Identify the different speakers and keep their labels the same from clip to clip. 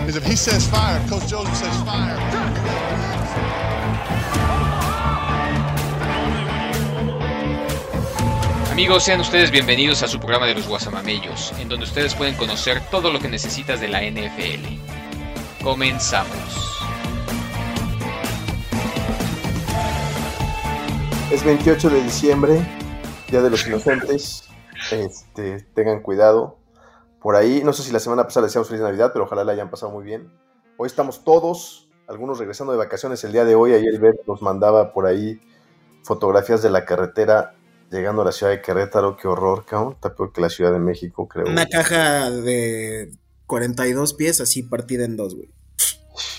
Speaker 1: Because if he says fire, if Coach Joseph says fire.
Speaker 2: Amigos, sean ustedes bienvenidos a su programa de los Guasamamellos, en donde ustedes pueden conocer todo lo que necesitas de la NFL. Comenzamos.
Speaker 3: Es 28 de diciembre, Día de los Inocentes. Este, tengan cuidado por ahí. No sé si la semana pasada les deseamos feliz Navidad, pero ojalá la hayan pasado muy bien. Hoy estamos todos, algunos regresando de vacaciones el día de hoy. Ayer Bert nos mandaba por ahí fotografías de la carretera llegando a la ciudad de Querétaro. Qué horror, cabrón. Está peor que la Ciudad de México, creo.
Speaker 4: Una caja de 42 pies así partida en dos, güey.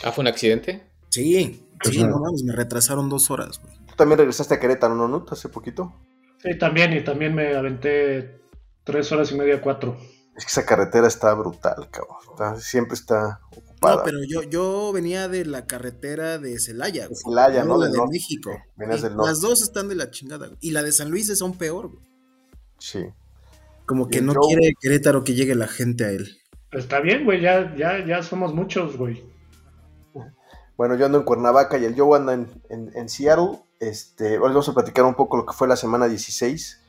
Speaker 5: Ah, fue un accidente.
Speaker 4: Sí, sí, no mames, me retrasaron dos horas, güey.
Speaker 3: Tú también regresaste a Querétaro, ¿no, Nut? Hace poquito.
Speaker 6: Sí, también, y también me aventé tres horas y media, cuatro.
Speaker 3: Es que esa carretera está brutal, cabrón. Está- siempre está ocupada.
Speaker 4: No, pero yo, yo venía de la carretera de Celaya, güey.
Speaker 3: Celaya, ¿no?
Speaker 4: La
Speaker 3: Del
Speaker 4: de
Speaker 3: norte.
Speaker 4: México.
Speaker 3: Venías
Speaker 4: Y
Speaker 3: del norte.
Speaker 4: Las dos están de la chingada, güey. Y la de San Luis es aún peor, güey.
Speaker 3: Sí.
Speaker 4: Como que
Speaker 3: Y
Speaker 4: no
Speaker 3: yo-
Speaker 4: quiere Querétaro que llegue la gente a él.
Speaker 6: Está bien, güey, ya, ya, ya somos muchos, güey.
Speaker 3: Bueno, yo ando en Cuernavaca y el Joe anda en, en- en Seattle. Este, hoy vamos a platicar un poco lo que fue la semana 16.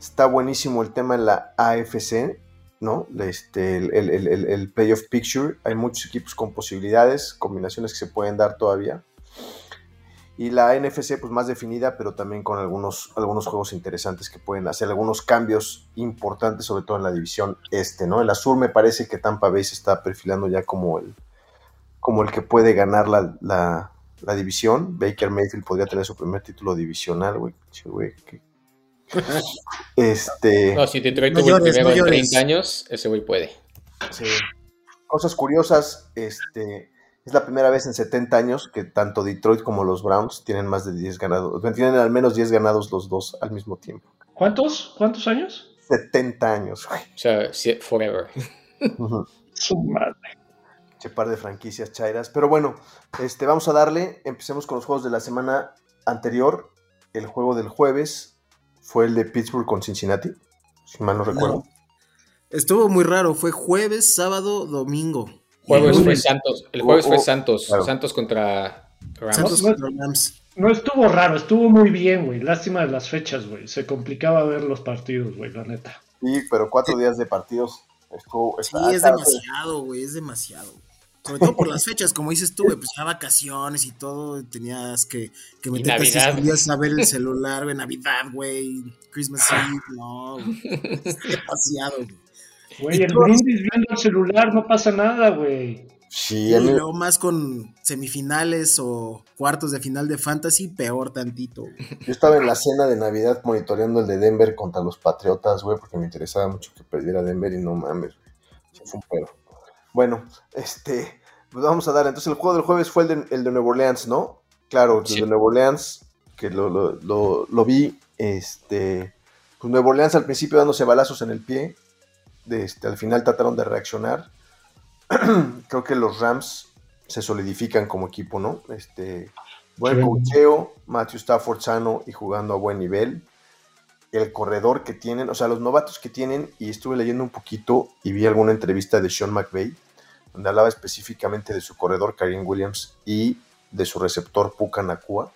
Speaker 3: Está buenísimo el tema en la AFC, ¿no? Este, el, el, el- el- el playoff picture. Hay muchos equipos con posibilidades, combinaciones que se pueden dar todavía. Y la NFC, pues más definida, pero también con algunos, algunos juegos interesantes que pueden hacer, algunos cambios importantes, sobre todo en la división este, ¿no? El azul me parece que Tampa Bay se está perfilando ya como el, como el que puede ganar la, la- la división. Baker Mayfield podría tener su primer título divisional, güey. Che, güey, que- Este.
Speaker 5: No, si te tuve
Speaker 4: No
Speaker 5: tuvo el
Speaker 4: llores,
Speaker 5: primero
Speaker 4: no
Speaker 5: en
Speaker 4: llores.
Speaker 5: 30 años, ese güey puede.
Speaker 3: Sí. Cosas curiosas, este, es la primera vez en 70 años que tanto Detroit como los Browns tienen más de 10 ganados, tienen al menos 10 ganados los dos al mismo tiempo.
Speaker 6: ¿Cuántos? ¿Cuántos años?
Speaker 3: 70 años, güey.
Speaker 5: O sea, sí, forever.
Speaker 3: Ujú.
Speaker 6: Su madre.
Speaker 3: Che par de franquicias chairas. Pero bueno, este, vamos a darle, empecemos con los juegos de la semana anterior. El juego del jueves fue el de Pittsburgh con Cincinnati, si mal no recuerdo.
Speaker 4: Estuvo muy raro. Fue jueves, sábado, domingo.
Speaker 5: Jueves fue
Speaker 4: Lunes.
Speaker 5: Santos. El jueves fue
Speaker 3: Oh, oh,
Speaker 5: Santos.
Speaker 3: claro.
Speaker 5: Santos contra Rams.
Speaker 4: Santos
Speaker 6: No, no.
Speaker 4: contra Rams.
Speaker 6: No estuvo raro, estuvo muy bien, güey. Lástima de las fechas, güey. Se complicaba ver los partidos, güey, la neta.
Speaker 3: Sí, pero cuatro días de partidos. Estuvo,
Speaker 4: Sí,
Speaker 5: Ah,
Speaker 3: está-
Speaker 4: es
Speaker 3: está-
Speaker 4: demasiado, güey, es demasiado. Sobre todo por las fechas, como dices tú, güey, pues ya vacaciones y todo, y tenías que, que meterte así,
Speaker 5: Navidad.
Speaker 4: sabías a ver el celular, güey, Navidad, güey, Christmas Eve, no, güey, es demasiado, güey.
Speaker 6: Güey,
Speaker 4: Y
Speaker 6: el
Speaker 4: todos-
Speaker 6: brindis viendo el celular, no pasa nada, güey.
Speaker 3: Sí,
Speaker 4: Y
Speaker 3: a mí-
Speaker 4: luego más con semifinales o cuartos de final de fantasy, peor tantito. güey.
Speaker 3: Yo estaba en la cena de Navidad monitoreando el de Denver contra los Patriotas, güey, porque me interesaba mucho que perdiera Denver y no mames. güey. Sí, fue un pedo. Bueno, este, pues vamos a dar. Entonces, el juego del jueves fue el de, el de Nuevo Orleans, ¿no? Claro, el
Speaker 2: Sí.
Speaker 3: de Nuevo Orleans, que lo, lo, lo- lo vi, este, pues Nuevo Orleans al principio dándose balazos en el pie, de este, al final trataron de reaccionar. Creo que los Rams se solidifican como equipo, ¿no? Este, buen
Speaker 6: Sí.
Speaker 3: cocheo, Matthew Stafford sano y jugando a buen nivel. El corredor que tienen, o sea, los novatos que tienen, y estuve leyendo un poquito y vi alguna entrevista de Sean McVay, donde hablaba específicamente de su corredor Karim Williams y de su receptor Puka Nakua,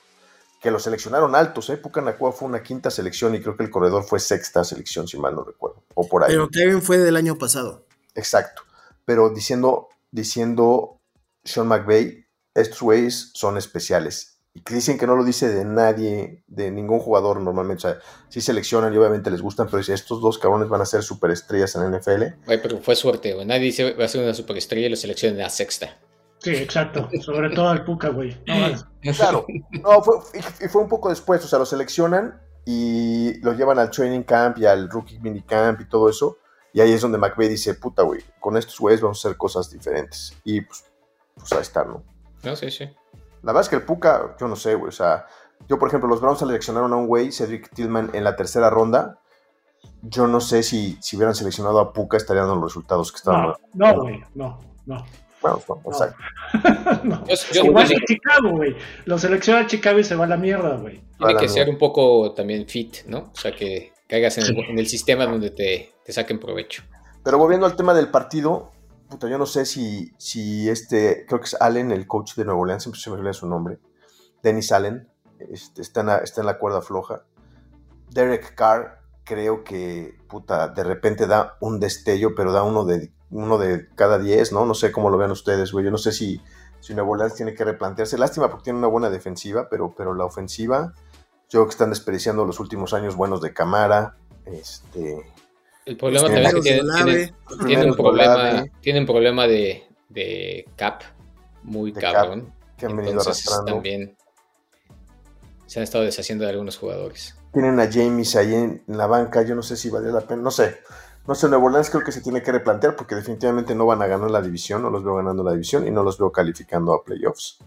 Speaker 3: que lo seleccionaron altos, ¿eh? Puka Nakua fue una quinta selección y creo que el corredor fue sexta selección, si mal no recuerdo, o por ahí.
Speaker 4: Pero Kevin fue del año pasado.
Speaker 3: Exacto. Pero diciendo, diciendo Sean McVay, estos güeyes son especiales. Y que dicen que no lo dice de nadie, de ningún jugador normalmente. O sea, sí seleccionan y obviamente les gustan, pero dice, estos dos cabrones van a ser superestrellas en la NFL.
Speaker 5: Güey, pero fue suerte, güey. Nadie dice va a ser una superestrella y lo selecciona en la sexta.
Speaker 6: Sí, exacto. Sobre todo al Puca, güey. No, mames.
Speaker 3: Claro. No, fue, y- y fue un poco después. O sea, lo seleccionan y lo llevan al training camp y al rookie minicamp y todo eso. Y ahí es donde McVay dice, puta, güey, con estos güeyes vamos a hacer cosas diferentes. Y pues, pues ahí está, ¿no?
Speaker 5: No, sí, sí.
Speaker 3: La verdad es que el Puka, yo no sé, güey. O sea, yo, por ejemplo, los Browns seleccionaron a un güey, Cedric Tillman, en la tercera ronda. Yo no sé si, si hubieran seleccionado a Puka, estarían dando los resultados que estaban.
Speaker 6: no, no, güey. No, no.
Speaker 3: Bueno, no, o sea,
Speaker 6: no.
Speaker 5: Yo, yo-
Speaker 6: Igual
Speaker 5: yo-
Speaker 6: en Chicago, güey. Lo selecciona Chicago y se va a la mierda, güey.
Speaker 5: tiene que
Speaker 3: Claro.
Speaker 5: ser un poco también fit, ¿no? O sea, que caigas en el, en el sistema donde te, te saquen provecho.
Speaker 3: Pero volviendo al tema del partido, puta, yo no sé si, si este, creo que es Allen, el coach de Nuevo León, siempre se me olvida su nombre. Dennis Allen, este, está, en la, está en la cuerda floja. Derek Carr, creo que, puta, de repente da un destello, pero da uno de, uno de cada 10, ¿no? No sé cómo lo vean ustedes, güey. Yo no sé si, si Nuevo León tiene que replantearse. Lástima porque tiene una buena defensiva, pero, pero la ofensiva, yo creo que están desperdiciando los últimos años buenos de Camara. Este,
Speaker 5: El problema también es que tienen, tienen-
Speaker 3: Los
Speaker 5: tienen un
Speaker 3: primeros
Speaker 5: problema, ¿eh?
Speaker 3: Olave.
Speaker 5: tienen un problema de, de cap muy
Speaker 3: De cap,
Speaker 5: cabrón.
Speaker 3: que han venido
Speaker 5: Entonces
Speaker 3: arrastrando.
Speaker 5: también se han estado deshaciendo de algunos jugadores.
Speaker 3: Tienen a James ahí en la banca, yo no sé si valía la pena, no sé. No sé, Nuevo Orleans creo que se tiene que replantear porque definitivamente no van a ganar la división, no los veo ganando la división y no los veo calificando a playoffs.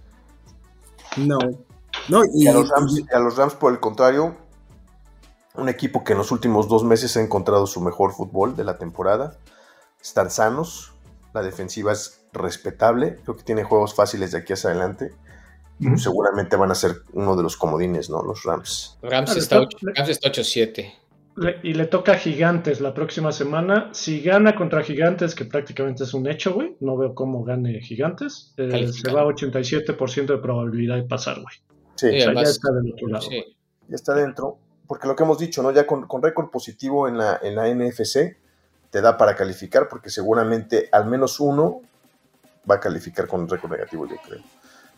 Speaker 4: No. No, y, pues,
Speaker 3: Y a los Rams, y a los Rams, por el contrario, un equipo que en los últimos dos meses ha encontrado su mejor fútbol de la temporada. Están sanos, la defensiva es respetable, creo que tiene juegos fáciles de aquí hacia adelante.
Speaker 6: Ujú.
Speaker 3: Seguramente van a ser uno de los comodines, ¿no? Los Rams.
Speaker 5: Rams
Speaker 6: Claro,
Speaker 5: está
Speaker 6: está-
Speaker 5: ocho- Rams está 8-7.
Speaker 6: Le- y le toca a Gigantes la próxima semana. Si gana contra Gigantes, que prácticamente es un hecho, güey, no veo cómo gane Gigantes, eh,
Speaker 5: Calificado.
Speaker 6: se va a 87% de probabilidad de pasar, güey.
Speaker 5: Sí,
Speaker 3: Sí.
Speaker 6: O sea, ya
Speaker 5: además-
Speaker 6: está del otro lado.
Speaker 5: Sí.
Speaker 3: ya está dentro, porque lo que hemos dicho, ¿no? Ya con, con récord positivo en la, en la NFC te da para calificar, porque seguramente al menos uno va a calificar con récord negativo, yo creo.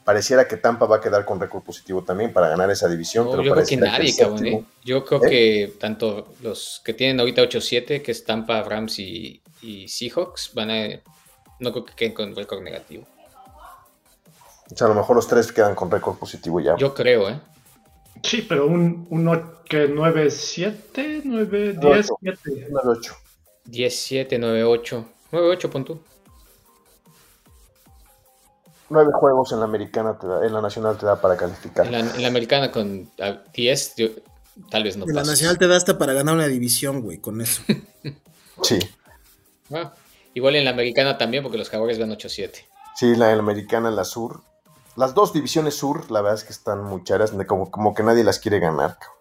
Speaker 3: Pareciera que Tampa va a quedar con récord positivo también para ganar esa división,
Speaker 5: No,
Speaker 3: pero
Speaker 5: yo creo que
Speaker 3: pareciera el
Speaker 5: nadie, cabrón.
Speaker 3: séptimo-
Speaker 5: ¿eh? Yo creo
Speaker 3: ¿Eh?
Speaker 5: que tanto los que tienen ahorita 8-7, que es Tampa, Rams y, y Seahawks, van a. No creo que queden con récord negativo.
Speaker 3: O sea, a lo mejor los tres quedan con récord positivo ya.
Speaker 5: Yo creo, ¿eh?
Speaker 6: Sí, pero un, un o- que 9, 7, 9,
Speaker 3: Ocho.
Speaker 6: 10, 7.
Speaker 3: Uno de ocho.
Speaker 5: 17, 9, 8. 9, 8, pon tú.
Speaker 3: Nueve juegos en la americana, te da- en la nacional te da para calificar.
Speaker 5: En la, en la americana con ah, 10, yo- tal vez no
Speaker 4: en la
Speaker 5: pasa.
Speaker 4: Nacional te da hasta para ganar una división, güey, con eso.
Speaker 3: Sí,
Speaker 5: Ah, igual en la americana también, porque los jaguares van 8-7.
Speaker 3: sí, la, la americana, la sur. Las dos divisiones sur, la verdad es que están muy charas, como, como que nadie las quiere ganar. cabrón.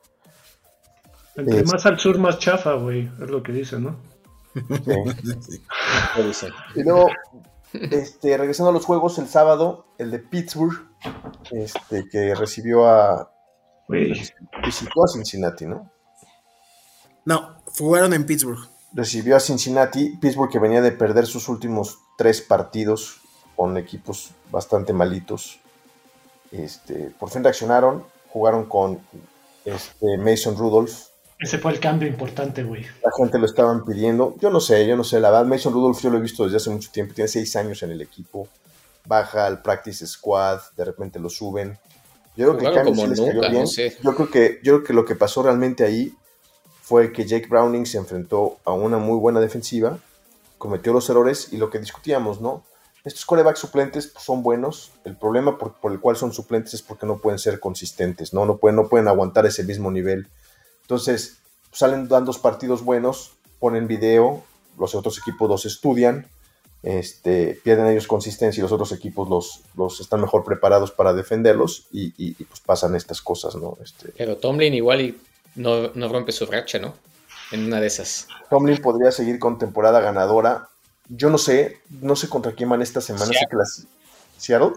Speaker 6: Entre
Speaker 3: Es-
Speaker 6: más al sur, más chafa, güey, es lo que dicen, ¿no?
Speaker 3: Sí.
Speaker 5: Lo dicen.
Speaker 3: Y luego, este, regresando a los juegos, el sábado, el de Pittsburgh, este, que recibió a.
Speaker 6: Güey,
Speaker 3: visitó a Cincinnati, ¿no?
Speaker 4: No, jugaron en Pittsburgh.
Speaker 3: Recibió a Cincinnati, Pittsburgh que venía de perder sus últimos tres partidos con equipos bastante malitos. Este, por fin reaccionaron, jugaron con este, Mason Rudolph,
Speaker 6: ese fue el cambio importante, güey.
Speaker 3: la gente lo estaban pidiendo. Yo no sé, yo no sé. La verdad, Mason Rudolph yo lo he visto desde hace mucho tiempo. Tiene seis años en el equipo. Baja al practice squad, de repente lo suben. Yo creo que el
Speaker 5: Jugaron
Speaker 3: cambio
Speaker 5: como
Speaker 3: sí les cayó
Speaker 5: nunca,
Speaker 3: bien.
Speaker 5: no sé.
Speaker 3: Yo creo que yo creo que lo que pasó realmente ahí fue que Jake Browning se enfrentó a una muy buena defensiva, cometió los errores y lo que discutíamos, ¿no? Estos corebacks suplentes pues, son buenos. El problema por, por el cual son suplentes es porque no pueden ser consistentes, ¿no? No pueden, no pueden aguantar ese mismo nivel. Entonces, salen, dan dos partidos buenos, ponen video, los otros equipos los estudian, este, pierden ellos consistencia y los otros equipos los, los están mejor preparados para defenderlos y, y- y, pues pasan estas cosas, ¿no? Este,
Speaker 5: Pero Tomlin igual y no, no rompe su racha, ¿no? En una de esas.
Speaker 3: Tomlin podría seguir con temporada ganadora. Yo no sé, no sé contra quién van esta semana. sé que las- ¿Seattle?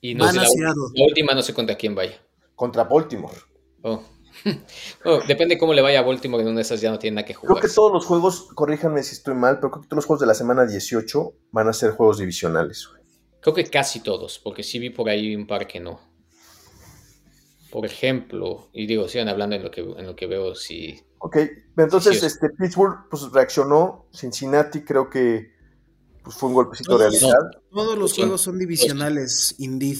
Speaker 5: Y no
Speaker 4: Van
Speaker 5: sé,
Speaker 4: a
Speaker 5: la,
Speaker 4: Seattle.
Speaker 5: la última no sé contra quién vaya.
Speaker 3: Contra Baltimore.
Speaker 5: Oh. Bueno, depende cómo le vaya a Baltimore, en una de esas ya no tiene nada que
Speaker 3: Creo
Speaker 5: jugar.
Speaker 3: que todos los juegos, corríjanme si estoy mal, pero creo que todos los juegos de la semana 18 van a ser juegos divisionales. güey.
Speaker 5: casi todos, porque sí vi por ahí un par que no. Por ejemplo, y digo, sigan hablando en lo que, en lo que veo, si
Speaker 3: Ok, entonces
Speaker 5: Sí, sí.
Speaker 3: este Pittsburgh pues reaccionó, Cincinnati creo que pues, fue un golpecito de
Speaker 4: No,
Speaker 3: realidad.
Speaker 4: Todos los
Speaker 5: Sí.
Speaker 4: juegos son divisionales, indeed.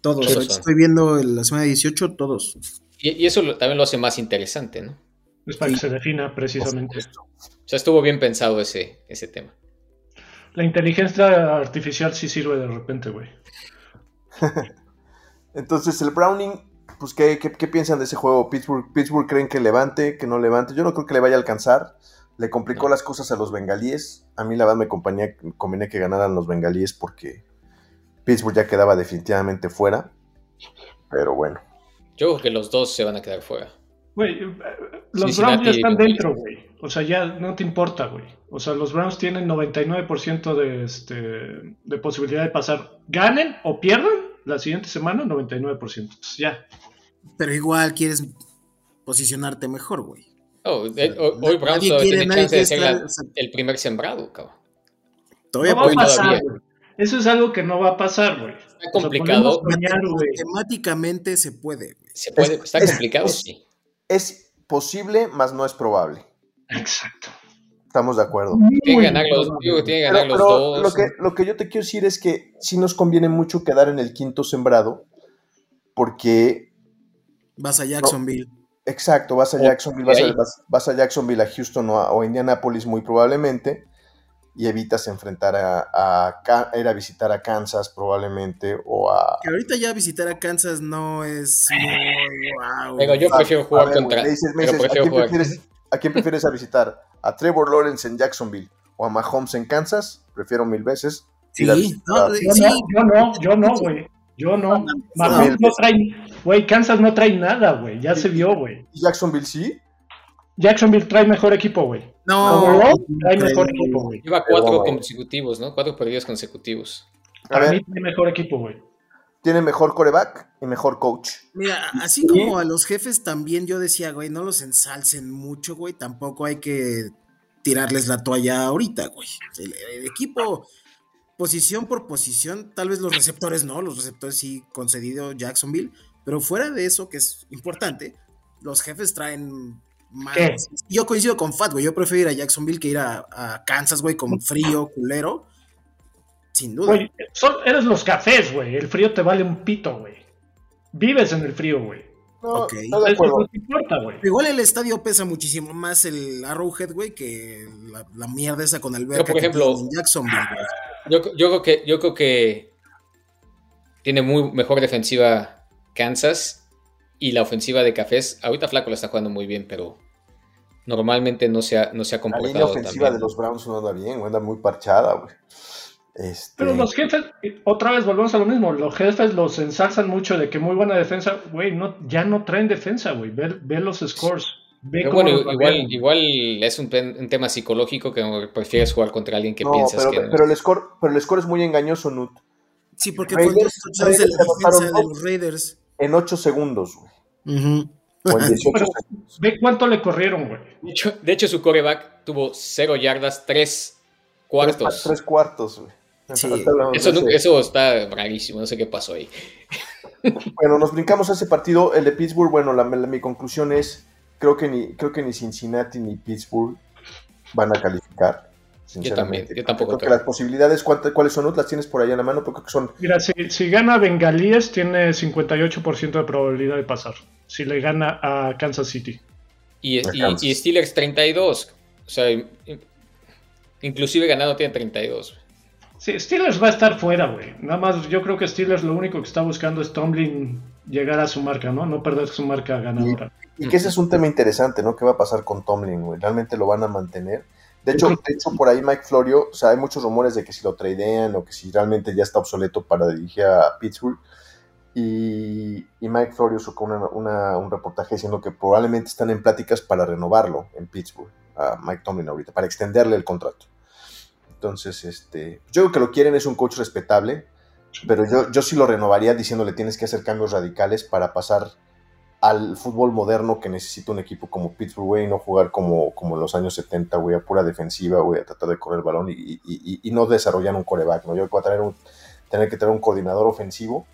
Speaker 4: Todos.
Speaker 5: Todos
Speaker 4: Ahorita
Speaker 5: son.
Speaker 4: estoy viendo el- la semana 18, todos.
Speaker 5: Y, y eso lo- también lo hace más interesante, ¿no?
Speaker 6: Es para que se defina precisamente.
Speaker 5: O sea, estuvo bien pensado ese, ese tema.
Speaker 6: La inteligencia artificial sí sirve de repente, güey.
Speaker 3: Entonces el Browning, pues ¿qué, qué, qué piensan de ese juego? Pittsburgh, Pittsburgh creen que levante, que no levante. Yo no creo que le vaya a alcanzar. Le complicó las cosas a los bengalíes. A mí la verdad me compañía, convenía que ganaran los bengalíes porque Pittsburgh ya quedaba definitivamente fuera. Pero bueno.
Speaker 5: Yo creo que los dos se van a quedar fuera.
Speaker 6: Güey, eh, los
Speaker 5: Cincinnati
Speaker 6: Browns ya están
Speaker 5: con-
Speaker 6: dentro, güey. O sea, ya no te importa, güey. O sea, los Browns tienen 99% de, este, de posibilidad de pasar. Ganen o pierdan la siguiente semana, 99%. Pues ya.
Speaker 4: Pero igual quieres posicionarte mejor, güey.
Speaker 5: Oh, eh, hoy hoy Browns
Speaker 4: Nadie
Speaker 5: todavía
Speaker 4: quiere,
Speaker 5: tiene
Speaker 4: nadie
Speaker 5: chance de
Speaker 4: quiere
Speaker 5: ser la-
Speaker 4: estar- o sea-
Speaker 5: el primer sembrado, cabrón.
Speaker 4: Todavía
Speaker 6: no va a
Speaker 4: pueden-
Speaker 6: pasar,
Speaker 5: pues, todavía.
Speaker 6: güey. Eso es algo que no va a pasar, güey.
Speaker 5: Está complicado.
Speaker 6: podemos soñar, güey.
Speaker 4: Matemáticamente se puede. güey.
Speaker 5: Se puede,
Speaker 3: Es-
Speaker 5: está
Speaker 3: es-
Speaker 5: complicado,
Speaker 3: es-
Speaker 5: sí.
Speaker 3: Es posible, más no es probable.
Speaker 6: Exacto.
Speaker 3: Estamos de acuerdo.
Speaker 5: Tiene
Speaker 6: Muy
Speaker 5: que ganar los,
Speaker 6: probable.
Speaker 5: digo, tiene que
Speaker 3: Pero,
Speaker 5: ganar los
Speaker 3: pero
Speaker 5: dos.
Speaker 3: lo, que, lo que yo te quiero decir es que sí nos conviene mucho quedar en el quinto sembrado, porque,
Speaker 4: Vas a Jacksonville.
Speaker 3: exacto, vas a
Speaker 5: O-
Speaker 3: Jacksonville, vas
Speaker 5: ahí.
Speaker 3: a, vas- vas a Jacksonville, a Houston o a, o a Indianapolis muy probablemente, y evitas enfrentar a, a Ca- ir a visitar a Kansas probablemente, o a...
Speaker 4: Que ahorita ya visitar a Kansas no es muy wow.
Speaker 5: Digo, yo
Speaker 3: a-
Speaker 5: prefiero
Speaker 3: Ah, a
Speaker 5: jugar
Speaker 3: ver, güey,
Speaker 5: contra.
Speaker 3: me dices- me
Speaker 5: pero
Speaker 3: dices, ¿a,
Speaker 5: prefiero
Speaker 3: quién
Speaker 5: jugar-
Speaker 3: prefieres, a quién prefieres a visitar? ¿A Trevor Lawrence en Jacksonville o a Mahomes en Kansas? Prefiero mil veces.
Speaker 4: Sí,
Speaker 3: ir a
Speaker 4: no,
Speaker 3: visitar-
Speaker 4: de-
Speaker 6: Yo
Speaker 4: sí,
Speaker 6: no, yo no, yo no, güey. Yo no. Mahomes no trae. Güey, Kansas no trae nada, güey. Ya se vio, güey.
Speaker 3: ¿Y Jacksonville sí?
Speaker 6: Jacksonville trae mejor equipo, güey.
Speaker 4: no.
Speaker 6: Overall, trae mejor equipo, güey.
Speaker 5: Lleva cuatro
Speaker 3: Pero-
Speaker 5: consecutivos, ¿no? Cuatro perdidos consecutivos.
Speaker 3: A
Speaker 6: Para mí
Speaker 3: ver,
Speaker 6: trae mejor equipo, güey.
Speaker 3: tiene mejor coreback y mejor coach.
Speaker 4: Mira, así como a los jefes también yo decía, güey, no los ensalcen mucho, güey, tampoco hay que tirarles la toalla ahorita, güey. El, el equipo, posición por posición, tal vez los receptores no, los receptores sí concedido Jacksonville, pero fuera de eso, que es importante, los jefes traen más.
Speaker 6: ¿Qué?
Speaker 4: Yo coincido con Fat, güey, yo prefiero ir a Jacksonville que ir a, a Kansas, güey, con frío, culero, sin duda.
Speaker 6: Güey, son- eres los cafés, güey. El frío te vale un pito, güey. Vives en el frío, güey.
Speaker 3: No,
Speaker 4: Ok.
Speaker 3: no de
Speaker 6: Eso no
Speaker 3: acuerdo.
Speaker 6: te importa, güey.
Speaker 4: Pero Igual el estadio pesa muchísimo más el Arrowhead, güey, que la, la mierda esa con alberca
Speaker 5: Pero, por
Speaker 4: que
Speaker 5: ejemplo-
Speaker 4: tienen en Jacksonville, güey.
Speaker 5: Yo, yo creo que, yo creo que tiene muy mejor defensiva Kansas y la ofensiva de Cafés. Ahorita Flaco la está jugando muy bien, pero normalmente no se ha, no se ha
Speaker 3: La
Speaker 5: comportado
Speaker 3: línea ofensiva
Speaker 5: también.
Speaker 3: de los Browns no anda bien, güey, anda muy parchada, güey. Este,
Speaker 6: Pero los jefes, otra vez volvemos a lo mismo, los jefes los ensalzan mucho de que muy buena defensa, güey, no, ya no traen defensa, güey, ve, ve los scores, ve
Speaker 5: Pero
Speaker 6: cómo
Speaker 5: bueno,
Speaker 6: los
Speaker 5: igual,
Speaker 6: batean.
Speaker 5: igual es un, pen- un tema psicológico que prefieres jugar contra alguien que
Speaker 3: no,
Speaker 5: piensas
Speaker 3: pero,
Speaker 5: que no.
Speaker 3: pero el score, pero el score es muy engañoso, Nut.
Speaker 4: Sí, porque
Speaker 3: Raiders-
Speaker 4: con dos touchdowns de la
Speaker 3: Raiders
Speaker 4: defensa
Speaker 3: anotaron
Speaker 4: de
Speaker 3: dos.
Speaker 4: los Raiders.
Speaker 3: En 8 segundos, güey.
Speaker 4: Ujú.
Speaker 3: O en 18
Speaker 6: Pero-
Speaker 3: segundos.
Speaker 6: Ve cuánto le corrieron, güey.
Speaker 5: de, hecho, de hecho, su coreback tuvo cero yardas, tres
Speaker 3: Tres,
Speaker 5: cuartos.
Speaker 3: tres cuartos, güey.
Speaker 4: Sí.
Speaker 3: Ahorita hablamos de
Speaker 5: Eso,
Speaker 3: ese.
Speaker 5: nu- eso está rarísimo, no sé qué pasó ahí.
Speaker 3: Bueno, nos brincamos a ese partido, el de Pittsburgh. Bueno, la- la- mi conclusión es, creo que ni, creo que ni Cincinnati ni Pittsburgh van a calificar. Sinceramente.
Speaker 5: también, yo tampoco
Speaker 3: Creo que
Speaker 5: creo.
Speaker 3: las posibilidades, ¿cuántas- ¿cuáles son? Nut? Las tienes por ahí en la mano, porque son
Speaker 6: Mira, si, si gana Bengalíes tiene 58% de probabilidad de pasar, si le gana a Kansas City.
Speaker 5: Y,
Speaker 3: De
Speaker 5: y-
Speaker 3: Kansas.
Speaker 5: y Steelers 32. O sea, in- inclusive ganado tiene 32.
Speaker 6: Sí, Steelers va a estar fuera, güey. Nada más yo creo que Steelers lo único que está buscando es Tomlin llegar a su marca, ¿no? No perder su marca ganadora.
Speaker 3: Y que ese es un tema interesante, ¿no? ¿Qué va a pasar con Tomlin, güey? ¿Realmente lo van a mantener? De hecho, de hecho, por ahí Mike Florio, o sea, hay muchos rumores de que si lo tradean o que si realmente ya está obsoleto para dirigir a Pittsburgh. Y, y Mike Florio sacó una- una- un reportaje diciendo que probablemente están en pláticas para renovarlo en Pittsburgh, a Mike Tomlin ahorita, para extenderle el contrato. Entonces, este, yo creo que lo quieren, es un coach respetable, pero yo, yo sí lo renovaría diciéndole tienes que hacer cambios radicales para pasar al fútbol moderno que necesita un equipo como Pittsburgh, güey, y no jugar como, como en los años 70, güey, a pura defensiva, güey, a tratar de correr el balón y, y- y- y no desarrollar un coreback, ¿no? Yo creo que voy a traer un- tener que tener un coordinador ofensivo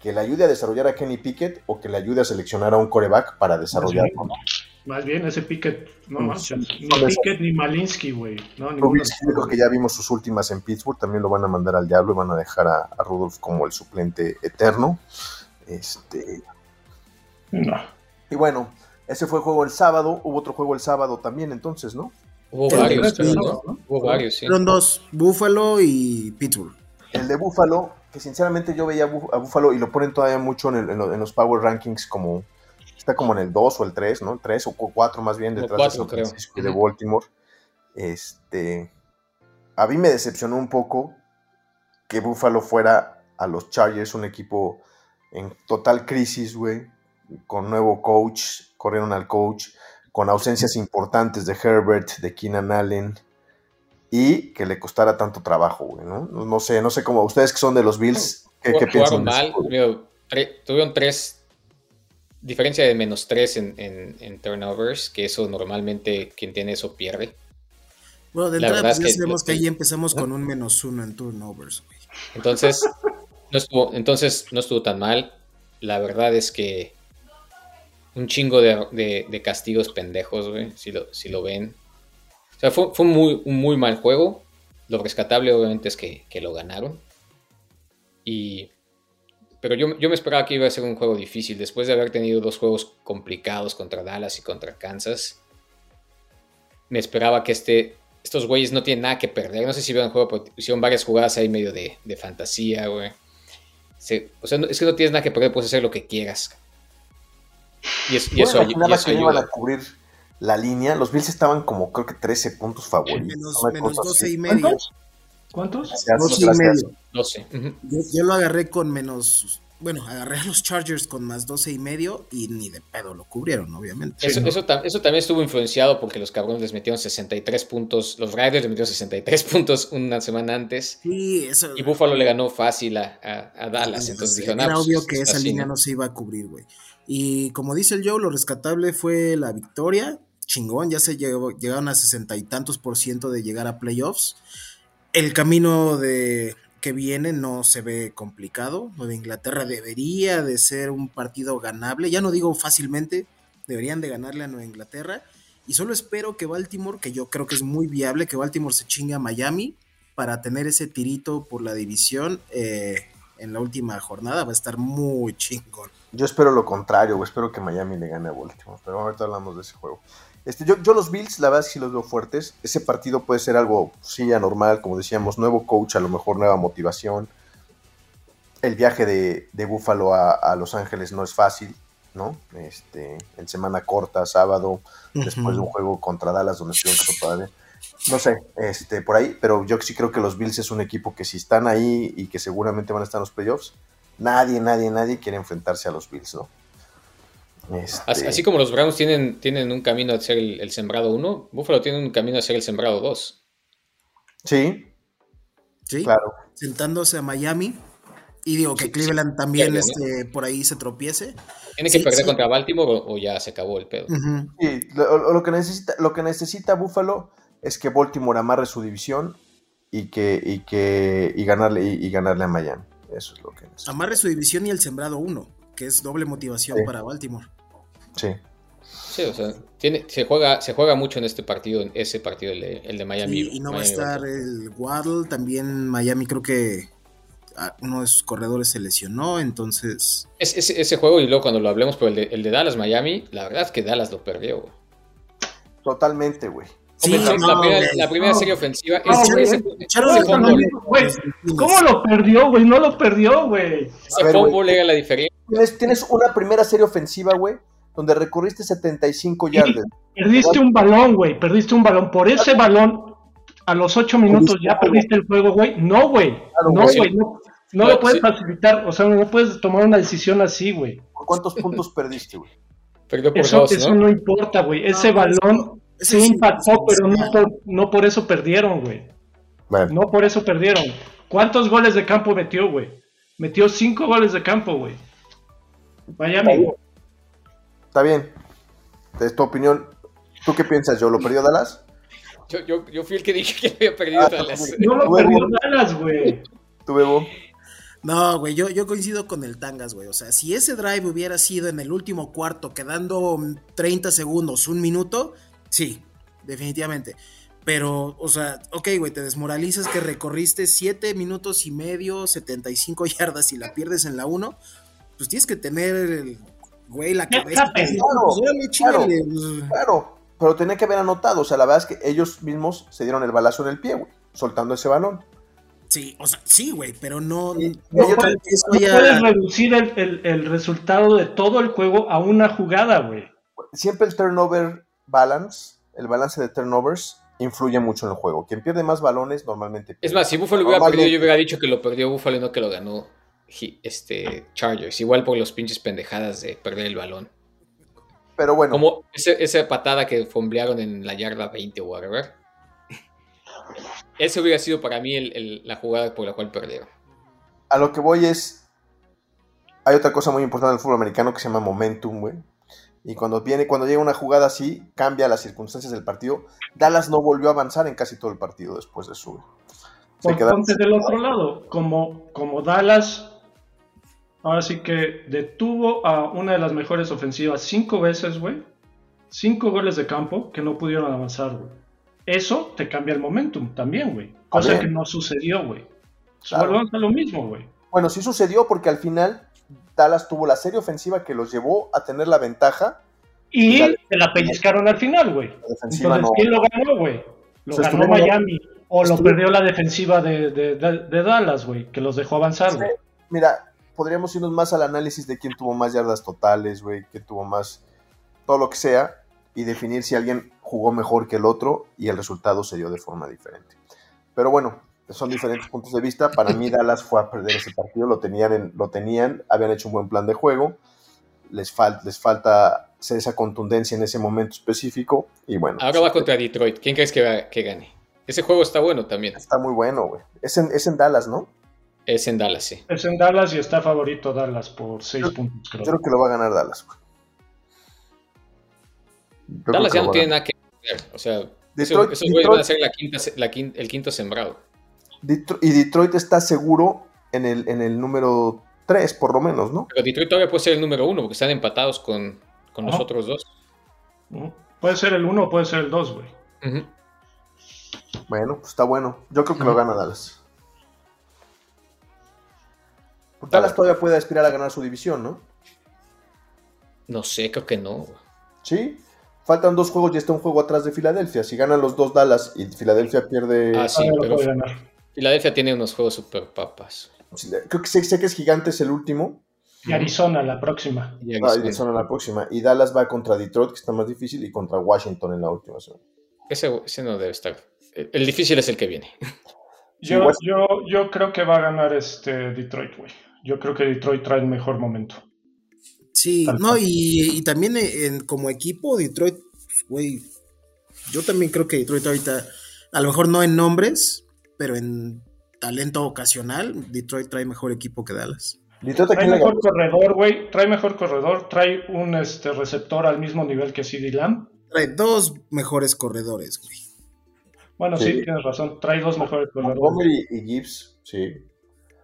Speaker 3: que le ayude a desarrollar a Kenny Pickett o que le ayude a seleccionar a un coreback para desarrollarlo, ¿no?
Speaker 6: Más bien ese Pickett, no
Speaker 3: Mm,
Speaker 6: manches. Ni
Speaker 3: Por eso.
Speaker 6: Pickett ni Malinsky, güey. No, ninguno.
Speaker 3: Yo creo que ya vimos sus últimas en Pittsburgh, también lo van a mandar al diablo y van a dejar a, a Rudolph como el suplente eterno. Este,
Speaker 6: No.
Speaker 3: y bueno, ese fue el juego el sábado, hubo otro juego el sábado también entonces, ¿no?
Speaker 5: Hubo
Speaker 4: Sí,
Speaker 5: varios,
Speaker 4: sí,
Speaker 5: creo,
Speaker 4: sí,
Speaker 5: ¿no? Hubo varios, sí.
Speaker 4: Fueron dos, Buffalo y Pittsburgh.
Speaker 3: El de Buffalo, que sinceramente yo veía a Bú- a Buffalo y lo ponen todavía mucho en, el- en lo- en los Power Rankings como. Está como en el 2 o el 3, ¿no? El 3 o 4 más bien
Speaker 5: Como
Speaker 3: detrás
Speaker 5: cuatro,
Speaker 3: de San
Speaker 5: creo.
Speaker 3: Francisco y de
Speaker 5: Ujú.
Speaker 3: Baltimore. Este. A mí me decepcionó un poco que Buffalo fuera a los Chargers, un equipo en total crisis, güey. Con nuevo coach, corrieron al coach, con ausencias importantes de Herbert, de Keenan Allen, y que le costara tanto trabajo, güey, ¿no? No, no sé, no sé cómo, ustedes que son de los Bills, ¿qué, qué
Speaker 5: Jugaron
Speaker 3: piensan? de
Speaker 5: mal,
Speaker 3: eso, güey?
Speaker 5: digo, tre- tuvieron tres, diferencia de menos tres en, en- en turnovers, que eso normalmente quien tiene eso pierde.
Speaker 4: Bueno, de
Speaker 5: La
Speaker 4: entrada
Speaker 5: verdad
Speaker 4: pues, ya
Speaker 5: es que-
Speaker 4: sabemos que ahí empezamos con un menos uno en turnovers, güey.
Speaker 5: Entonces, no estuvo, entonces no estuvo tan mal. La verdad es que un chingo de, de- de castigos pendejos, güey, si lo, si lo ven. O sea, fue, fue un, muy, un muy mal juego. Lo rescatable obviamente es que, que lo ganaron. Y, pero yo, yo me esperaba que iba a ser un juego difícil. Después de haber tenido dos juegos complicados contra Dallas y contra Kansas, me esperaba que este, estos güeyes no tienen nada que perder. No sé si vieron el juego, pero hicieron varias jugadas ahí medio de, de fantasía, güey. Se- o sea, no- es que no tienes nada que perder, puedes hacer lo que quieras. Y, es- y
Speaker 3: Yo
Speaker 5: eso, ayu-
Speaker 3: imaginaba
Speaker 5: y eso
Speaker 3: que iban a
Speaker 5: ayuda.
Speaker 3: cubrir la línea. Los Bills estaban como, creo que 13 puntos favoritos.
Speaker 4: Eh, Menos,
Speaker 3: una
Speaker 4: menos
Speaker 3: cosa
Speaker 4: 12
Speaker 3: así.
Speaker 4: y medio.
Speaker 6: ¿Cuántos?
Speaker 3: Gracias,
Speaker 4: 12 y
Speaker 3: gracias.
Speaker 4: medio.
Speaker 5: 12. ujú.
Speaker 4: Yo, yo lo agarré con menos. Bueno, agarré a los Chargers con más 12 y medio y ni de pedo lo cubrieron, obviamente.
Speaker 6: Sí,
Speaker 5: Eso,
Speaker 6: no.
Speaker 5: eso tam- eso también estuvo influenciado porque los cabrones les metieron 63 puntos, los Riders les metieron 63 puntos una semana antes
Speaker 4: Sí, eso.
Speaker 5: y Buffalo le ganó fácil a, a- a Dallas.
Speaker 4: Sí,
Speaker 5: Entonces
Speaker 4: sí,
Speaker 5: dijeron,
Speaker 4: era
Speaker 5: "Ah, pues,
Speaker 4: obvio que
Speaker 5: está
Speaker 4: esa
Speaker 5: así,
Speaker 4: línea
Speaker 5: ¿no?".
Speaker 4: no se iba a cubrir, güey. Y como dice el Joe, lo rescatable fue la victoria. Chingón, ya se llegó- llegaron a sesenta y tantos por ciento de llegar a playoffs. El camino de que viene no se ve complicado. Nueva Inglaterra debería de ser un partido ganable. Ya no digo fácilmente, deberían de ganarle a Nueva Inglaterra. Y solo espero que Baltimore, que yo creo que es muy viable, que Baltimore se chingue a Miami para tener ese tirito por la división eh, en la última jornada. Va a estar muy chingón.
Speaker 3: Yo espero lo contrario, güey. Espero que Miami le gane a Baltimore. Pero ahorita hablamos de ese juego. Este, yo, yo los Bills, la verdad, sí los veo fuertes. Ese partido puede ser algo, sí, anormal, como decíamos, nuevo coach, a lo mejor nueva motivación. El viaje de, de Buffalo a, a Los Ángeles no es fácil, ¿no? Este, en semana corta, sábado, después de un juego contra Dallas donde estuvieron que todavía. No sé, este, por ahí, pero yo sí creo que los Bills es un equipo que si están ahí y que seguramente van a estar en los playoffs, nadie, nadie, nadie quiere enfrentarse a los Bills, ¿no? Este,
Speaker 5: Así, así como los Browns tienen, tienen un camino a ser el, el sembrado 1, Buffalo tiene un camino a ser el sembrado 2.
Speaker 3: Sí,
Speaker 4: ¿Sí?
Speaker 3: claro.
Speaker 4: Sentándose a Miami. Y digo que
Speaker 5: Sí, sí,
Speaker 4: Cleveland también
Speaker 5: pierde, ¿no?
Speaker 4: este, por ahí se tropiece.
Speaker 5: Tiene que
Speaker 4: Sí,
Speaker 5: perder
Speaker 4: sí.
Speaker 5: contra Baltimore o, o ya se acabó el pedo.
Speaker 4: Ujú.
Speaker 3: Sí, lo, lo que necesita, lo que necesita Buffalo es que Baltimore amarre su división y que, y que, y ganarle, y, y ganarle a Miami. Eso es lo que necesita.
Speaker 4: Amarre su división y el sembrado 1, que es doble motivación
Speaker 3: Sí.
Speaker 4: para Baltimore.
Speaker 3: Sí.
Speaker 5: Sí, o sea, tiene, se, juega, se juega mucho en este partido, en ese partido, el de, el de Miami.
Speaker 4: Sí, y no va a
Speaker 5: Miami
Speaker 4: estar
Speaker 5: Baltimore.
Speaker 4: el Waddle, también Miami creo que ah, uno de sus corredores se lesionó, entonces
Speaker 5: Es- es- ese juego, y luego cuando lo hablemos, por el de, el de Dallas, Miami, la verdad es que Dallas lo perdió. güey.
Speaker 3: Totalmente, güey.
Speaker 4: Sí,
Speaker 5: Hombre, la-
Speaker 4: no,
Speaker 5: la primera,
Speaker 4: güey,
Speaker 5: la primera
Speaker 6: no.
Speaker 5: serie ofensiva.
Speaker 6: No,
Speaker 5: ese-
Speaker 6: güey,
Speaker 5: ese-
Speaker 4: echaron
Speaker 5: ese
Speaker 4: el
Speaker 5: fumble-
Speaker 4: balón.
Speaker 6: Güey, ¿Cómo lo perdió, güey? No lo perdió, güey.
Speaker 5: ese
Speaker 3: A ver, güey.
Speaker 5: fumble era la diferencia.
Speaker 3: Tienes, tienes una primera serie ofensiva, güey, donde recorriste 75 yardas.
Speaker 6: Perdiste un balón, güey. Perdiste un balón. Por ese balón, a los ocho minutos ya perdiste el juego, güey. No, güey. No,
Speaker 3: güey.
Speaker 6: güey. No, no
Speaker 5: No,
Speaker 6: lo puedes
Speaker 5: sí.
Speaker 6: facilitar. O sea, no puedes tomar una decisión así, güey.
Speaker 3: ¿Por cuántos puntos perdiste, güey?
Speaker 5: Perdió por
Speaker 6: Eso,
Speaker 5: dos,
Speaker 6: eso
Speaker 5: ¿no?
Speaker 6: no importa, güey. Ese
Speaker 4: No, es-
Speaker 6: balón
Speaker 4: es-
Speaker 6: sí
Speaker 4: es-
Speaker 6: impactó,
Speaker 4: es-
Speaker 6: pero no por, no por eso perdieron, güey.
Speaker 3: Bueno,
Speaker 6: No por eso perdieron. ¿Cuántos goles de campo metió, güey? Metió cinco goles de campo, güey. Miami, güey.
Speaker 3: está bien. Es tu opinión. ¿Tú qué piensas, yo? ¿Lo perdió Dallas?
Speaker 5: Yo, yo, yo fui el que dije que había perdido
Speaker 3: Ah,
Speaker 5: Dallas.
Speaker 3: güey.
Speaker 6: No lo
Speaker 3: Güey,
Speaker 6: perdió
Speaker 3: güey.
Speaker 6: Dallas, güey.
Speaker 3: ¿Tú, Bebo?
Speaker 4: No, güey, yo, yo coincido con el Tangas, güey. O sea, si ese drive hubiera sido en el último cuarto, quedando mm, 30 segundos, un minuto, sí, definitivamente. Pero, o sea, ok, güey, te desmoralizas que recorriste 7 minutos y medio, 75 yardas y la pierdes en la 1, pues tienes que tener, el- güey, la
Speaker 6: Ya
Speaker 4: cabeza.
Speaker 6: está,
Speaker 4: Pues,
Speaker 3: claro,
Speaker 4: órale,
Speaker 3: claro.
Speaker 4: chíngale, pues,
Speaker 3: Claro, pero tenía que haber anotado. O sea, la verdad es que ellos mismos se dieron el balazo en el pie, güey, soltando ese balón.
Speaker 4: Sí, o sea, sí, güey, pero no.
Speaker 3: No
Speaker 4: no creo
Speaker 3: puedes-
Speaker 4: que eso
Speaker 6: No
Speaker 4: haya-
Speaker 6: puedes reducir el, el- el resultado de todo el juego a una jugada, güey.
Speaker 3: Siempre el turnover balance, el balance de turnovers, influye mucho en el juego. Quien pierde más balones normalmente pierde.
Speaker 5: Es más, si Buffalo hubiera
Speaker 3: Normalmente-
Speaker 5: perdido, yo hubiera dicho que lo perdió Buffalo y no que lo ganó Gi- este Chargers. Igual por los pinches pendejadas de perder el balón.
Speaker 3: Pero bueno,
Speaker 5: Como ese- esa patada que fomblearon en la yarda 20 o whatever. Ese hubiera sido para mí el- el- la jugada por la cual perdieron.
Speaker 3: a lo que voy es. Hay otra cosa muy importante del fútbol americano que se llama momentum, güey. Y cuando viene, cuando llega una jugada así, cambia las circunstancias del partido. Dallas no volvió a avanzar en casi todo el partido después de eso, güey. Se
Speaker 6: Por-
Speaker 3: quedaron-
Speaker 6: ponte del otro lado, como, como Dallas, ahora sí que detuvo a una de las mejores ofensivas cinco veces, güey. Cinco goles de campo que no pudieron avanzar, güey. Eso te cambia el momentum también, güey. Cosa
Speaker 3: bien.
Speaker 6: que no sucedió, güey.
Speaker 3: Claro.
Speaker 6: Volvemos a lo mismo, güey.
Speaker 3: Bueno, sí sucedió porque al final Dallas tuvo la serie ofensiva que los llevó a tener la ventaja.
Speaker 6: Y
Speaker 3: Dale.
Speaker 6: te la pellizcaron al final, güey.
Speaker 3: La defensiva
Speaker 6: Entonces, ¿quién lo ganó, güey? Lo
Speaker 3: O sea,
Speaker 6: ganó
Speaker 3: estuvieron-
Speaker 6: Miami. O lo
Speaker 3: estuvieron-
Speaker 6: perdió la defensiva de, de- de- de Dallas, güey, que los dejó avanzar,
Speaker 3: Sí.
Speaker 6: güey.
Speaker 3: Mira, podríamos irnos más al análisis de quién tuvo más yardas totales, güey, quién tuvo más, todo lo que sea, y definir si alguien jugó mejor que el otro y el resultado se dio de forma diferente. Pero bueno, son diferentes puntos de vista. Para mí Dallas fue a perder ese partido, lo tenían, en- lo tenían, habían hecho un buen plan de juego, les, fal- les falta hacer esa contundencia en ese momento específico y bueno,
Speaker 5: Ahora va contra Detroit. ¿Quién crees que, va- que gane? Ese juego está bueno también.
Speaker 3: está muy bueno, güey. Es en, es en Dallas, ¿no?
Speaker 5: Es en Dallas, sí.
Speaker 6: Es en Dallas y está favorito Dallas por 6 puntos, creo.
Speaker 3: Yo creo que lo va a ganar Dallas, güey. Yo creo
Speaker 5: Dallas
Speaker 3: que
Speaker 5: ya
Speaker 3: lo
Speaker 5: no
Speaker 3: va a
Speaker 5: tiene
Speaker 3: ganar.
Speaker 5: nada que hacer. O sea, esos-
Speaker 3: Detroit-
Speaker 5: esos güeyes
Speaker 3: Detroit-
Speaker 5: van a ser la quinta, se- la quin- el quinto sembrado.
Speaker 3: Detro- y Detroit está seguro en el, en el número 3, por lo menos, ¿no?
Speaker 5: Pero Detroit todavía puede ser el número uno porque están empatados con, con los
Speaker 6: Ajá.
Speaker 5: otros dos.
Speaker 6: Ujú. ¿Mm? Puede ser el 1 o puede ser el 2, güey.
Speaker 5: Ujú.
Speaker 3: Bueno, pues está bueno. Yo creo que lo gana Dallas. Porque Dallas todavía puede aspirar a ganar su división, ¿no?
Speaker 5: No sé, creo que no. güey.
Speaker 3: Sí. Faltan dos juegos y está un juego atrás de Filadelfia. Si ganan los dos Dallas y Filadelfia pierde...
Speaker 5: Ah, sí,
Speaker 6: Ahora lo
Speaker 5: pero
Speaker 6: puede ganar.
Speaker 5: Filadelfia tiene unos juegos super papas.
Speaker 3: Ah, pues, Creo que sé, sé que es gigante, es el último.
Speaker 6: Y Arizona, la próxima.
Speaker 5: Y
Speaker 3: Ah,
Speaker 5: Arizona.
Speaker 3: y son a la próxima. Y Dallas va contra Detroit, que está más difícil, y contra Washington en la última semana.
Speaker 5: Ese, ese no debe estar. El, el difícil es el que viene.
Speaker 3: Sí,
Speaker 6: Yo,
Speaker 3: igual.
Speaker 6: yo, yo creo que va a ganar este Detroit, güey. Yo creo que Detroit trae el mejor momento.
Speaker 4: Sí,
Speaker 6: Tal
Speaker 4: no, y, y también en- como equipo, Detroit, pues, güey, yo también creo que Detroit ahorita, a lo mejor no en nombres, pero en talento ocasional, Detroit trae mejor equipo que Dallas.
Speaker 3: Detroit, ¿a
Speaker 6: Trae
Speaker 3: quién le
Speaker 6: mejor
Speaker 3: ganó?
Speaker 6: corredor, güey. Trae mejor corredor. Trae un este, receptor al mismo nivel que CD Lamb.
Speaker 4: Trae dos mejores corredores, güey.
Speaker 6: Bueno, sí.
Speaker 3: Sí.
Speaker 6: tienes razón. Trae dos mejores corredores.
Speaker 3: Montgomery y Gibbs, sí.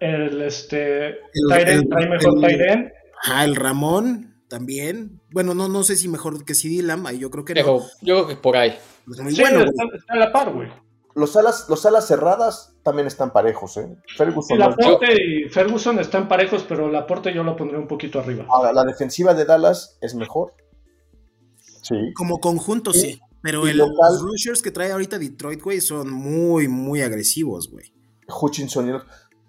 Speaker 6: El este,
Speaker 4: El-
Speaker 6: tight end,
Speaker 4: el-
Speaker 6: trae mejor
Speaker 4: el-
Speaker 6: tight end.
Speaker 4: Ah, el Ramón también. Bueno, no, no sé si mejor que CD Lamb, ahí yo creo que no.
Speaker 5: Pero yo creo que por ahí.
Speaker 4: Es muy
Speaker 6: Sí,
Speaker 4: bueno, güey.
Speaker 6: está, está a la par, güey.
Speaker 3: Los alas, los alas cerradas también están parejos, ¿eh?
Speaker 6: Y
Speaker 3: Ferguson. no-
Speaker 6: Laporte y Ferguson están parejos, pero Laporte yo lo pondré un poquito arriba.
Speaker 3: Ahora, la defensiva de Dallas es mejor. Sí.
Speaker 4: Como conjunto, sí. Pero
Speaker 3: y
Speaker 4: el,
Speaker 3: local-
Speaker 4: los rushers que trae ahorita Detroit, güey, son muy, muy agresivos, güey.
Speaker 3: Hutchinson y el-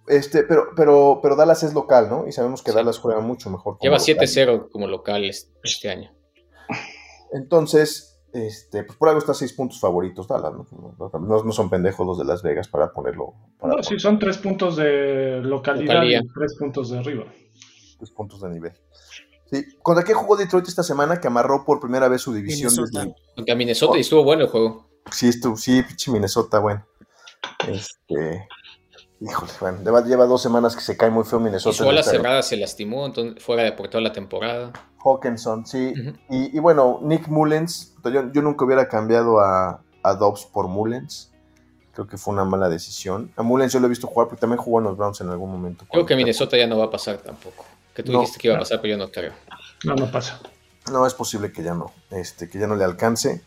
Speaker 3: este, pero, pero, pero Dallas es local, ¿no? Y sabemos que
Speaker 5: Sí.
Speaker 3: Dallas juega mucho mejor. como
Speaker 5: Lleva
Speaker 3: local.
Speaker 5: 7-0 como local es- este año.
Speaker 3: Entonces, este, pues por algo está seis puntos favoritos Dallas, ¿no? No, no- no son pendejos los de Las Vegas para ponerlo, para
Speaker 6: No, sí, son tres puntos de localidad
Speaker 5: Localía.
Speaker 6: y tres puntos de arriba.
Speaker 3: tres puntos de nivel. Sí. ¿Contra qué jugó Detroit esta semana que amarró por primera vez su división?
Speaker 4: Minnesota.
Speaker 3: desde-
Speaker 5: Contra
Speaker 3: Oh.
Speaker 5: Minnesota y estuvo bueno el juego.
Speaker 3: Sí, estuvo, sí, pinche Minnesota, bueno. Este. Híjole, bueno, lleva, lleva dos semanas que se cae muy feo
Speaker 5: Y
Speaker 3: Minnesota.
Speaker 5: su ala
Speaker 3: Está-
Speaker 5: cerrada se lastimó, entonces fuera de por toda la temporada.
Speaker 3: Hawkinson, sí.
Speaker 5: Ujú.
Speaker 3: y, y bueno, Nick Mullens. Yo, yo nunca hubiera cambiado a, a Dobbs por Mullens. Creo que fue una mala decisión. A Mullens yo lo he visto jugar porque también jugó en los Browns en algún momento.
Speaker 5: Creo
Speaker 3: cuando-
Speaker 5: que Minnesota ya no va a pasar tampoco. Que tú
Speaker 3: No.
Speaker 5: dijiste que iba a pasar, pero yo no creo.
Speaker 6: No, no pasa.
Speaker 3: No, es posible que ya no. Este, que ya no le alcance.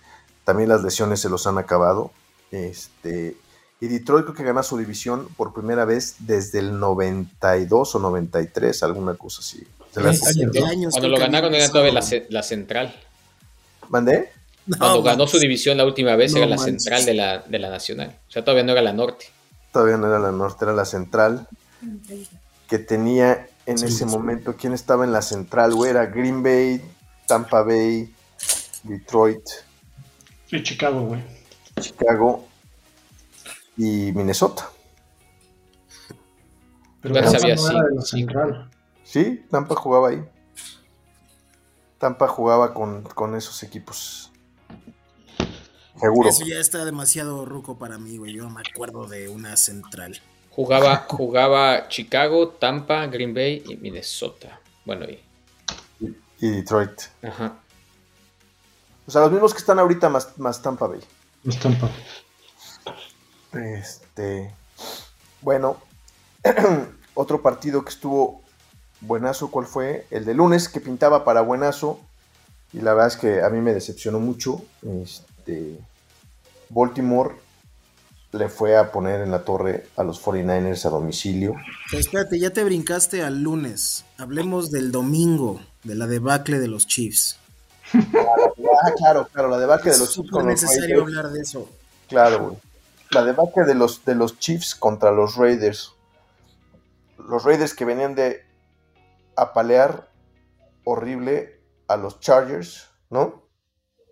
Speaker 3: También las lesiones se los han acabado. Este. Y Detroit creo que gana su división por primera vez desde el 92 o 93, alguna cosa así. De la época.
Speaker 4: 17
Speaker 5: Cuando-
Speaker 4: años,
Speaker 5: Cuando
Speaker 4: creo
Speaker 5: lo
Speaker 4: que
Speaker 5: ganaron
Speaker 4: había
Speaker 5: era todavía la,
Speaker 4: pasado.
Speaker 5: ce- la central.
Speaker 3: ¿Mandé?
Speaker 4: No,
Speaker 5: Cuando ganó
Speaker 4: man.
Speaker 5: su división la última vez
Speaker 4: No
Speaker 5: era la
Speaker 4: manches.
Speaker 5: central de la, de la nacional. O sea, todavía no era la norte.
Speaker 3: Todavía no era la norte, era la central. Que tenía en
Speaker 4: Sí,
Speaker 3: ese
Speaker 4: sí.
Speaker 3: momento, ¿quién estaba en la central? Güey, era Green Bay, Tampa Bay, Detroit,
Speaker 6: Y Chicago, güey.
Speaker 3: Chicago y Minnesota.
Speaker 6: Pero
Speaker 5: Ya
Speaker 6: Tampa
Speaker 5: sabía,
Speaker 6: no
Speaker 5: sí,
Speaker 6: era de la
Speaker 5: sí.
Speaker 6: central.
Speaker 3: Sí, Tampa jugaba ahí. Tampa jugaba con, con esos equipos. Seguro.
Speaker 4: Eso ya está demasiado ruco para mí, güey. Yo no me acuerdo de una central.
Speaker 5: Jugaba, jugaba Chicago, Tampa, Green Bay y Minnesota. Bueno, y.
Speaker 3: Y Detroit.
Speaker 5: Ajá.
Speaker 3: O sea, los mismos que están ahorita más, más Tampa Bay.
Speaker 6: No es Tampa.
Speaker 3: Este. Bueno, otro partido que estuvo buenazo, ¿cuál fue? El de lunes, que pintaba para buenazo. Y la verdad es que a mí me decepcionó mucho. Este, Baltimore le fue a poner en la torre a los 49ers a domicilio.
Speaker 4: Pero espérate, ya te brincaste al lunes. Hablemos del domingo, de la debacle de los Chiefs.
Speaker 3: Ah, claro, claro, la debacle de
Speaker 4: Es
Speaker 3: los Chiefs
Speaker 4: súper
Speaker 3: con los
Speaker 4: necesario
Speaker 3: Raiders.
Speaker 4: hablar de eso.
Speaker 3: Claro, güey. La debacle de los, de los Chiefs contra los Raiders. Los Raiders que venían de apalear horrible a los Chargers, ¿no?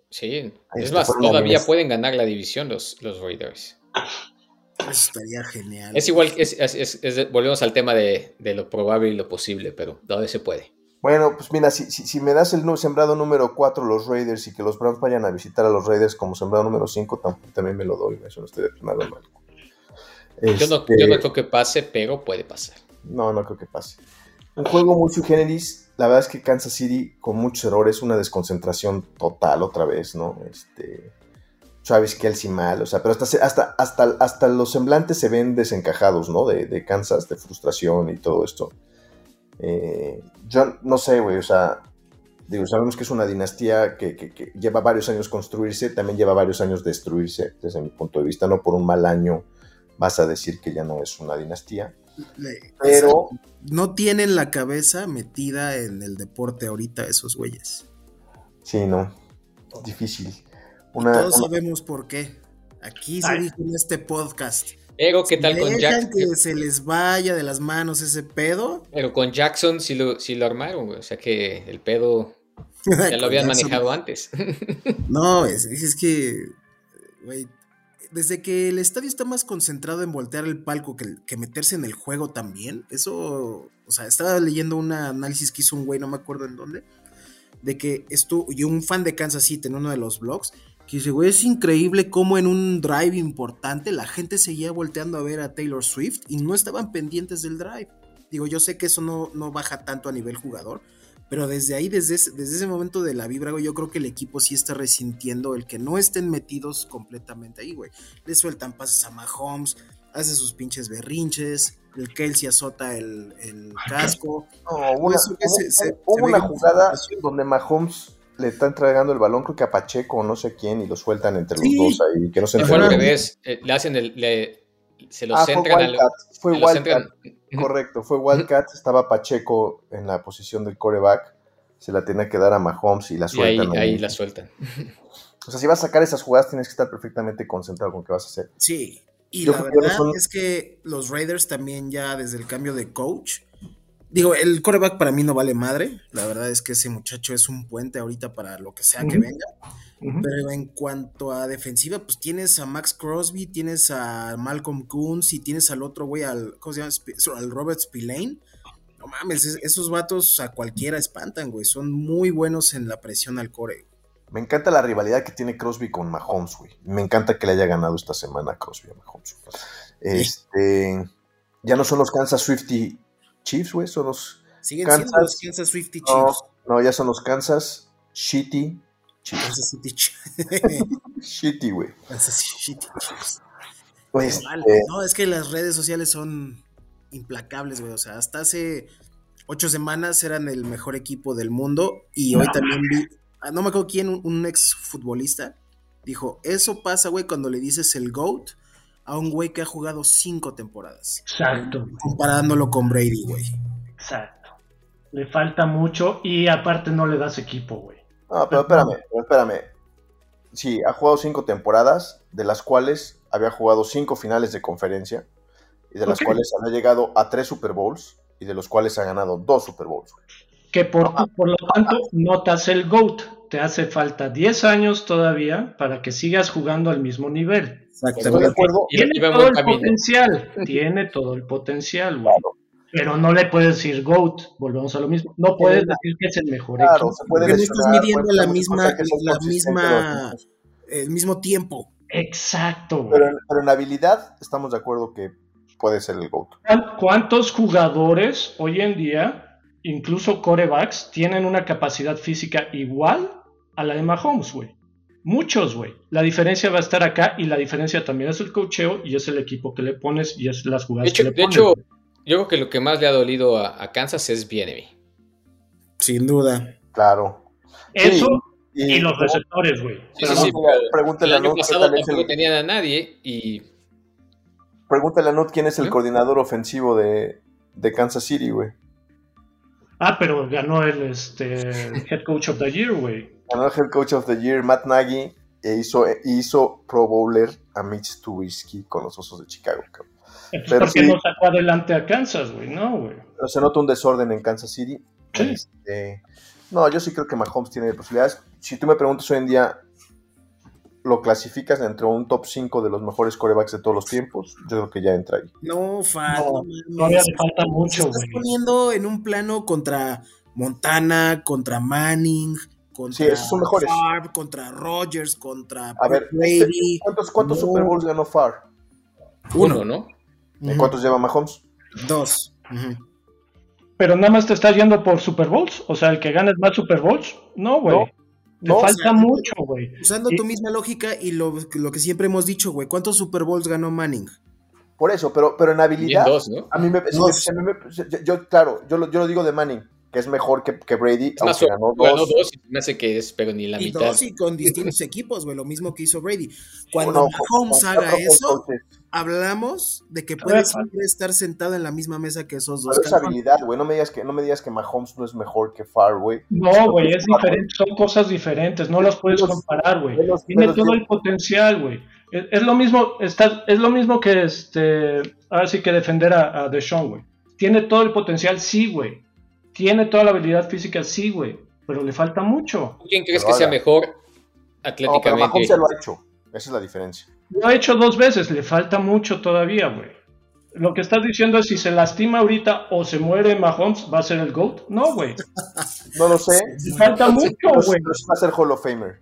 Speaker 5: Sí.
Speaker 3: Ahí
Speaker 5: es
Speaker 3: está,
Speaker 5: más,
Speaker 3: fueron los
Speaker 5: todavía
Speaker 3: Raiders.
Speaker 5: pueden ganar la división los, los Raiders.
Speaker 4: Eso estaría genial.
Speaker 5: Es igual, es, es- es- es- volvemos al tema de, de lo probable y lo posible, pero todavía se puede.
Speaker 3: Bueno, pues mira, si, si- si me das el nu- sembrado número 4, los Raiders, y que los Browns vayan a visitar a los Raiders como sembrado número 5, también me lo doy, eso no estoy de nada mal.
Speaker 5: Yo no,
Speaker 3: Este,
Speaker 5: yo no creo que pase, pero puede pasar.
Speaker 3: No, no creo que pase. Un juego muy sui generis. La verdad es que Kansas City con muchos errores, una desconcentración total otra vez, ¿no? Este, Travis Kelsey mal, o sea, pero hasta, se- hasta, hasta, hasta los semblantes se ven desencajados, ¿no? De, de Kansas, de frustración y todo esto. Eh, yo no sé, güey, o sea, digo, sabemos que es una dinastía que, que- que lleva varios años construirse, también lleva varios años destruirse, desde mi punto de vista, no por un mal año vas a decir que ya no es una dinastía, este,
Speaker 4: Le-
Speaker 3: pero...
Speaker 4: No tienen la cabeza metida en el deporte ahorita esos güeyes.
Speaker 3: Sí, no. Difícil.
Speaker 4: Y
Speaker 3: Una,
Speaker 4: todos
Speaker 3: una-
Speaker 4: sabemos por qué. Aquí se
Speaker 6: Ay.
Speaker 4: dijo en este podcast.
Speaker 5: Pero qué tal con
Speaker 4: Dejan
Speaker 5: Jack.
Speaker 4: que se les vaya de las manos ese pedo.
Speaker 5: Pero con Jackson sí lo, sí lo armaron, güey. O sea que el pedo ya lo habían
Speaker 4: Con Jackson.
Speaker 5: manejado antes.
Speaker 4: No, es, es- es que, güey, desde que el estadio está más concentrado en voltear el palco que, que meterse en el juego también, eso, o sea, estaba leyendo un análisis que hizo un güey, no me acuerdo en dónde, de que esto, y un fan de Kansas City en uno de los blogs, que dice, güey, es increíble cómo en un drive importante la gente seguía volteando a ver a Taylor Swift y no estaban pendientes del drive. Digo, yo sé que eso no, no baja tanto a nivel jugador, pero desde ahí, desde ese, desde ese momento de la vibra, güey, yo creo que el equipo sí está resintiendo el que no estén metidos completamente ahí, güey. Le sueltan pases a Mahomes, hace sus pinches berrinches, el Kelsey azota el, el
Speaker 3: Ah,
Speaker 4: casco.
Speaker 3: no, hubo una,
Speaker 4: eso que se-
Speaker 3: hubo-
Speaker 4: se-
Speaker 3: hubo
Speaker 4: se ve
Speaker 3: una
Speaker 4: como
Speaker 3: jugada
Speaker 4: frustración.
Speaker 3: donde Mahomes le está entregando el balón, creo que a Pacheco o no sé quién, y lo sueltan entre
Speaker 4: Sí.
Speaker 3: los dos ahí, que no se
Speaker 5: Fue al
Speaker 3: enteraron.
Speaker 5: revés. eh, le hacen el. le- se lo
Speaker 3: Ah, fue
Speaker 5: centran al.
Speaker 3: Wildcat, fue
Speaker 5: se lo
Speaker 3: Wildcat,
Speaker 5: centran-
Speaker 3: correcto, fue Wildcat, estaba Pacheco en la posición del coreback, se la tenía que dar a Mahomes y
Speaker 5: y
Speaker 3: la
Speaker 5: ahí,
Speaker 3: sueltan. ahí.
Speaker 5: ahí la sueltan.
Speaker 3: O sea, si vas a sacar esas jugadas tienes que estar perfectamente concentrado con lo que vas a hacer.
Speaker 4: Sí, y
Speaker 3: Yo
Speaker 4: la
Speaker 3: creo que
Speaker 4: verdad
Speaker 3: son-
Speaker 4: es que los Raiders también ya desde el cambio de coach, digo, el coreback para mí no vale madre, la verdad es que ese muchacho es un puente ahorita para lo que sea que
Speaker 6: Ujú.
Speaker 4: venga.
Speaker 6: Ujú.
Speaker 4: Pero en cuanto a defensiva, pues tienes a Max Crosby, tienes a Malcolm Coons y tienes al otro güey, al, ¿cómo se llama? Sp- al Robert Spillane. No mames, es- esos vatos a cualquiera espantan, güey. Son muy buenos en la presión al core.
Speaker 3: Me encanta la rivalidad que tiene Crosby con Mahomes, güey. Me encanta que le haya ganado esta semana a Crosby a Mahomes. Este, ya no son los Kansas Swifty Chiefs, güey, son los...
Speaker 4: Siguen siendo
Speaker 3: Kansas-
Speaker 4: los Kansas Swifty
Speaker 3: No,
Speaker 4: Chiefs.
Speaker 3: no, ya son los Kansas Shitty.
Speaker 4: Kansas City Chiefs.
Speaker 3: Shitty, güey.
Speaker 4: Kansas City Chiefs.
Speaker 3: Pues,
Speaker 4: Vale.
Speaker 3: eh,
Speaker 4: No, es que las redes sociales son implacables, güey. O sea, hasta hace ocho semanas eran el mejor equipo del mundo y hoy también vi, ah, no me acuerdo quién, un, un ex futbolista, dijo, eso pasa, güey, cuando le dices el GOAT a un güey que ha jugado cinco temporadas,
Speaker 6: Exacto, güey,
Speaker 4: comparándolo con Brady, güey.
Speaker 6: exacto. Le falta mucho y aparte no le das equipo, güey.
Speaker 3: no, pero espérame, pero espérame. Sí, ha jugado cinco temporadas, de las cuales había jugado cinco finales de conferencia, y de las
Speaker 6: Ok.
Speaker 3: cuales había llegado a tres Super Bowls, y de los cuales ha ganado dos Super Bowls. güey.
Speaker 6: Que por, por lo tanto no te hace el GOAT. Te hace falta 10 años todavía para que sigas jugando al mismo nivel.
Speaker 3: Estoy de acuerdo,
Speaker 5: Y- y
Speaker 6: Tiene
Speaker 5: va en
Speaker 6: todo
Speaker 5: buen
Speaker 6: el
Speaker 5: camino.
Speaker 6: potencial. Tiene todo el potencial, güey. Pero no le puedes decir GOAT, volvemos a lo mismo. No puedes decir que es el mejor
Speaker 3: Claro,
Speaker 6: equipo.
Speaker 3: se puede
Speaker 4: Porque no estás
Speaker 3: lesionar,
Speaker 4: midiendo
Speaker 3: puede
Speaker 4: la
Speaker 3: pasar
Speaker 4: misma,
Speaker 3: que son
Speaker 4: la
Speaker 3: consistentes
Speaker 4: misma,
Speaker 3: los-
Speaker 4: el mismo tiempo.
Speaker 6: Exacto. güey.
Speaker 3: Pero, en- pero en habilidad estamos de acuerdo que puede ser el GOAT.
Speaker 6: ¿Cuán- ¿Cuántos jugadores hoy en día, incluso corebacks, tienen una capacidad física igual a la de Mahomes, güey? Muchos, güey. La diferencia va a estar acá y la diferencia también es el cocheo y es el equipo que le pones y es las
Speaker 5: De
Speaker 6: jugadas
Speaker 5: hecho,
Speaker 6: que le
Speaker 5: de
Speaker 6: pones.
Speaker 5: hecho, yo creo que lo que más le ha dolido a, a Kansas es Bienemy.
Speaker 4: Sin duda.
Speaker 3: Claro.
Speaker 6: Eso
Speaker 3: Y,
Speaker 6: y los receptores, güey.
Speaker 5: Sí,
Speaker 6: Pero
Speaker 5: sí, sí,
Speaker 6: no,
Speaker 5: pero El
Speaker 3: pregúntale a
Speaker 5: año
Speaker 3: Nutt qué
Speaker 5: pasado
Speaker 3: tal es
Speaker 5: tampoco
Speaker 3: el-
Speaker 5: tenían a nadie y
Speaker 3: pregúntale a Nutt quién es el
Speaker 5: ¿Eh?
Speaker 3: coordinador ofensivo de, de Kansas City, güey.
Speaker 6: Ah, pero ganó el este, Head Coach of the Year, güey.
Speaker 3: Ganó el head coach of the year, Matt Nagy, e hizo, e hizo Pro Bowler a Mitch Trubisky con los Osos de Chicago. cabrón.
Speaker 6: Entonces,
Speaker 3: Pero
Speaker 6: ¿por qué
Speaker 3: sí.
Speaker 6: no sacó adelante a Kansas, güey? No, güey.
Speaker 3: Pero se nota un desorden en Kansas City.
Speaker 6: Sí.
Speaker 3: Este, no, yo sí creo que Mahomes tiene posibilidades. Si tú me preguntas hoy en día, ¿lo clasificas entre un top 5 de los mejores corebacks de todos los tiempos? Yo creo que ya entra ahí.
Speaker 4: No, Fat,
Speaker 6: No,
Speaker 4: no mames.
Speaker 6: Todavía le falta
Speaker 4: Se
Speaker 6: mucho,
Speaker 4: estás
Speaker 6: güey.
Speaker 4: poniendo en un plano contra Montana, contra Manning, contra
Speaker 3: Sí, esos son mejores.
Speaker 4: Favre, contra Rogers, contra
Speaker 3: A ver, este
Speaker 4: Brady.
Speaker 3: ¿Cuántos, cuántos
Speaker 4: No.
Speaker 3: Super Bowls ganó Farr?
Speaker 5: uno, ¿no?
Speaker 3: ¿En
Speaker 4: Ujú.
Speaker 3: cuántos lleva Mahomes?
Speaker 4: Dos. Ujú.
Speaker 6: Pero nada más te estás yendo por Super Bowls. O sea, el que gana es más Super Bowls. No, güey.
Speaker 3: No,
Speaker 6: Te
Speaker 3: no,
Speaker 6: falta
Speaker 4: o sea,
Speaker 6: mucho, güey.
Speaker 4: Usando
Speaker 6: Y-
Speaker 4: tu misma lógica y lo, lo que siempre hemos dicho, güey, ¿cuántos Super Bowls ganó Manning?
Speaker 3: Por eso, pero, pero en
Speaker 5: Bien
Speaker 3: habilidad.
Speaker 5: dos, ¿no?
Speaker 3: A mí me. si
Speaker 4: No.
Speaker 3: me- si a mí me- si- yo, yo, claro, yo lo, yo lo digo de Manning, que es mejor que, que Brady,
Speaker 5: Es más,
Speaker 3: aunque ganó dos.
Speaker 5: ganó dos y me hace que es, pero ni la
Speaker 4: y
Speaker 5: mitad.
Speaker 4: dos y con distintos equipos, güey, lo mismo que hizo Brady. Cuando
Speaker 3: Uno,
Speaker 4: Mahomes
Speaker 3: con
Speaker 4: haga
Speaker 3: cuatro
Speaker 4: eso, pues
Speaker 3: coaches.
Speaker 4: hablamos de que
Speaker 6: ver,
Speaker 4: puede
Speaker 6: Fat.
Speaker 4: siempre estar sentado en la misma mesa que esos dos.
Speaker 3: Pero es
Speaker 4: cabrones.
Speaker 3: habilidad, güey. No me digas que no me digas que Mahomes no es mejor que Favre, güey.
Speaker 6: No, güey, es diferente. Son cosas diferentes. No las puedes
Speaker 3: Los-
Speaker 6: comparar, güey.
Speaker 3: Menos-
Speaker 6: Tiene
Speaker 3: menos
Speaker 6: todo
Speaker 3: diez-
Speaker 6: el potencial, güey. Es, es lo mismo, está, es lo mismo que este. Ahora sí que defender a, a Deshaun, güey. Tiene todo el potencial, sí, güey. Tiene toda la habilidad física, sí, güey. Pero le falta mucho.
Speaker 5: ¿Quién crees
Speaker 3: Pero
Speaker 5: que sea
Speaker 3: ahora-
Speaker 5: mejor
Speaker 3: No, pero Mahomes
Speaker 5: atléticamente?
Speaker 3: se lo ha hecho. Esa es la diferencia.
Speaker 6: Lo ha hecho dos veces, le falta mucho todavía, güey. Lo que estás diciendo es si se lastima ahorita o se muere Mahomes, ¿va a ser el GOAT? No, güey.
Speaker 3: No lo sé.
Speaker 6: Le falta mucho,
Speaker 3: pero sí-
Speaker 6: güey.
Speaker 3: pero sí va a ser Hall of Famer.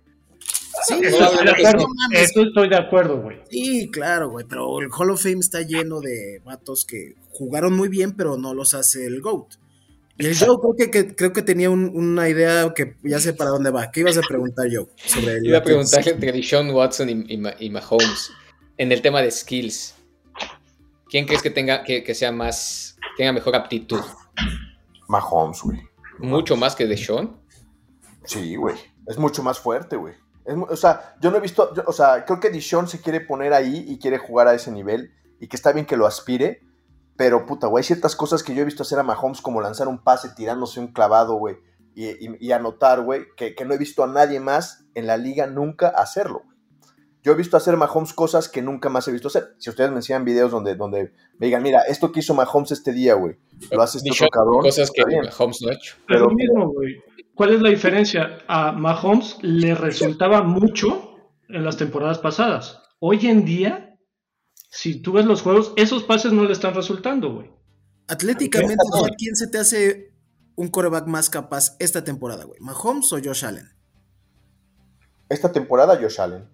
Speaker 4: Sí,
Speaker 6: Eso
Speaker 4: no, no,
Speaker 6: estoy de
Speaker 4: no,
Speaker 6: acuerdo.
Speaker 4: no mames.
Speaker 6: Eso estoy de acuerdo, güey.
Speaker 4: Sí, claro, güey, pero el Hall of Fame está lleno de vatos que jugaron muy bien, pero no los hace el GOAT. Y el Joe creo que, que- creo que tenía un- una idea que ya sé para dónde va. ¿Qué ibas a preguntar, Joe? Sobre el
Speaker 5: Iba a preguntarle entre Deshaun Watson y, y Ma- y Mahomes en el tema de skills. ¿Quién crees que tenga que, que sea más, tenga mejor aptitud?
Speaker 3: Mahomes, güey.
Speaker 5: Mucho más que Deshaun.
Speaker 3: Sí, güey. Es mucho más fuerte, güey. Es mu- o sea, yo no he visto. yo- o sea, creo que Dishon se quiere poner ahí y quiere jugar a ese nivel. Y que está bien que lo aspire. Pero puta, güey, hay ciertas cosas que yo he visto hacer a Mahomes, como lanzar un pase tirándose un clavado, güey. Y, y- y anotar, güey. Que, que no he visto a nadie más en la liga nunca hacerlo. Yo he visto hacer Mahomes cosas que nunca más he visto hacer. Si ustedes me enseñan videos donde, donde me digan, mira, esto que hizo Mahomes este día, güey. Lo hace este
Speaker 5: Deshaun,
Speaker 3: otro cabrón.
Speaker 5: cosas que
Speaker 3: está bien.
Speaker 5: Mahomes no ha hecho.
Speaker 6: Es
Speaker 3: Pero-
Speaker 6: lo mismo, güey. ¿Cuál es la diferencia? A Mahomes le resultaba mucho en las temporadas pasadas. Hoy en día, si tú ves los juegos, esos pases no le están resultando, güey.
Speaker 4: Atléticamente, Fat, ¿quién se te hace un coreback más capaz esta temporada, güey? ¿Mahomes o Josh Allen?
Speaker 3: Esta temporada, Josh Allen.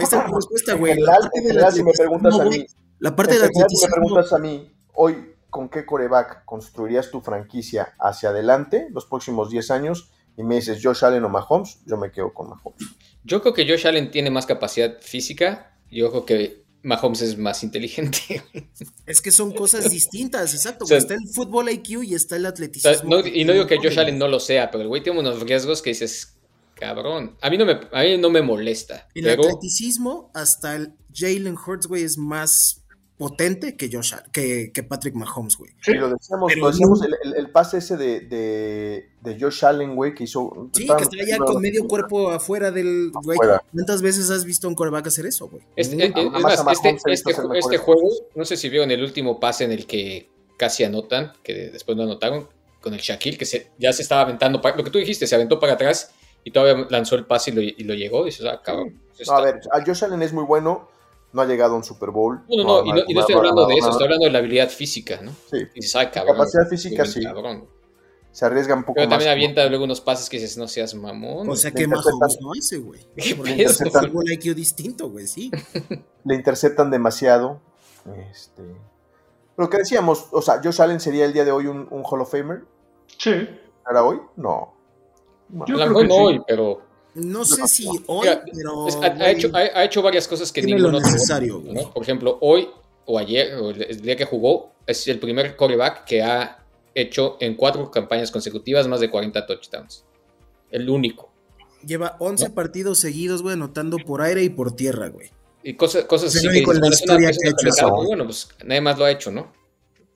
Speaker 4: Esta es tu respuesta, güey.
Speaker 3: general,
Speaker 4: parte
Speaker 3: en
Speaker 4: del
Speaker 3: general, si me
Speaker 4: atleticismo,
Speaker 3: preguntas a
Speaker 4: güey,
Speaker 3: mí,
Speaker 4: La parte
Speaker 3: en
Speaker 4: del
Speaker 3: general, si me
Speaker 4: atleticismo.
Speaker 3: preguntas a mí, hoy, ¿con qué coreback construirías tu franquicia hacia adelante los próximos 10 años? Y me dices Josh Allen o Mahomes, yo me quedo con Mahomes.
Speaker 5: Yo creo que Josh Allen tiene más capacidad física. Yo creo que Mahomes es más inteligente.
Speaker 4: Es que son cosas distintas, exacto.
Speaker 5: O sea,
Speaker 4: güey. está el fútbol IQ y está el
Speaker 5: O sea,
Speaker 4: atleticismo.
Speaker 5: no- y no digo que Josh
Speaker 4: tiene.
Speaker 5: Allen no lo sea, pero el güey tiene unos riesgos que dices, cabrón. A mí no me, a mí no me molesta.
Speaker 4: El
Speaker 5: pero
Speaker 4: atleticismo hasta el Jalen Hurts, güey, es más potente que Josh Allen- que, que Patrick Mahomes, güey.
Speaker 3: Y lo decíamos,
Speaker 4: Pero
Speaker 3: lo decíamos, el, el- el pase ese de, de- de Josh Allen, güey, que hizo...
Speaker 4: Sí, que
Speaker 3: estábamos-
Speaker 4: está ya con medio cuerpo afuera del güey.
Speaker 3: Afuera.
Speaker 4: ¿Cuántas veces has visto a un coreback hacer eso, güey?
Speaker 5: Este,
Speaker 4: Ninguna.
Speaker 5: eh, eh,
Speaker 3: Nada
Speaker 5: es
Speaker 3: más a
Speaker 5: más, este,
Speaker 3: Mahomes se le hizo
Speaker 5: este-
Speaker 3: hacer mejores
Speaker 5: este juego, no sé si vieron el último pase en el que casi anotan, que después no anotaron, con el Shaquille, que se, ya se estaba aventando, para- lo que tú dijiste, se aventó para atrás y todavía lanzó el pase y lo, y lo llegó. Y dices, ah, cabrón. eso
Speaker 3: Mm, No, a
Speaker 5: está-
Speaker 3: ver, a Josh Allen es muy bueno. no ha llegado a un Super Bowl.
Speaker 5: No, no, no, y no, y no estoy
Speaker 3: ha
Speaker 5: hablando de
Speaker 3: ganado
Speaker 5: eso, estoy
Speaker 3: nada.
Speaker 5: hablando de la habilidad física, ¿no?
Speaker 3: Sí.
Speaker 5: Dices, ay, cabrón,
Speaker 3: capacidad
Speaker 5: güey,
Speaker 3: física, sí.
Speaker 5: cabrón.
Speaker 3: Se arriesga un poco
Speaker 5: Pero también
Speaker 3: más.
Speaker 5: avienta luego unos pases que dices, no seas mamón.
Speaker 4: O sea
Speaker 3: Me
Speaker 4: que
Speaker 3: interpretan.
Speaker 4: Mahomes no hace, güey.
Speaker 5: ¿Qué
Speaker 4: Porque
Speaker 5: pedo?
Speaker 4: es un IQ distinto, güey, sí.
Speaker 3: le interceptan demasiado. Este, lo que decíamos, o sea, Josh Allen sería el día de hoy un, un Hall of Famer.
Speaker 6: Sí.
Speaker 3: ¿Para hoy? No. No.
Speaker 6: Yo
Speaker 5: a lo mejor
Speaker 6: creo que
Speaker 5: no
Speaker 6: sí.
Speaker 5: hoy, pero
Speaker 4: No sé si hoy,
Speaker 5: Mira,
Speaker 4: pero.
Speaker 5: es- ha, ha
Speaker 4: güey,
Speaker 5: hecho, ha, ha hecho varias cosas que
Speaker 4: tiene
Speaker 5: ninguno
Speaker 4: lo
Speaker 5: otro,
Speaker 4: necesario,
Speaker 5: ¿no?
Speaker 4: güey.
Speaker 5: Por ejemplo, hoy o ayer, o el, el día que jugó, es el primer coreback que ha hecho en cuatro campañas consecutivas más de 40 touchdowns. El único.
Speaker 4: Lleva 11 partidos seguidos, güey, anotando por aire y por tierra, güey.
Speaker 5: Y cosas, cosas
Speaker 4: Es
Speaker 5: así
Speaker 4: el
Speaker 5: que
Speaker 4: único en la
Speaker 5: dices, bueno,
Speaker 4: historia
Speaker 5: es una- es una
Speaker 4: que ha hecho
Speaker 5: pendejada,
Speaker 3: eso.
Speaker 5: pero bueno, pues nadie más lo ha hecho, ¿no?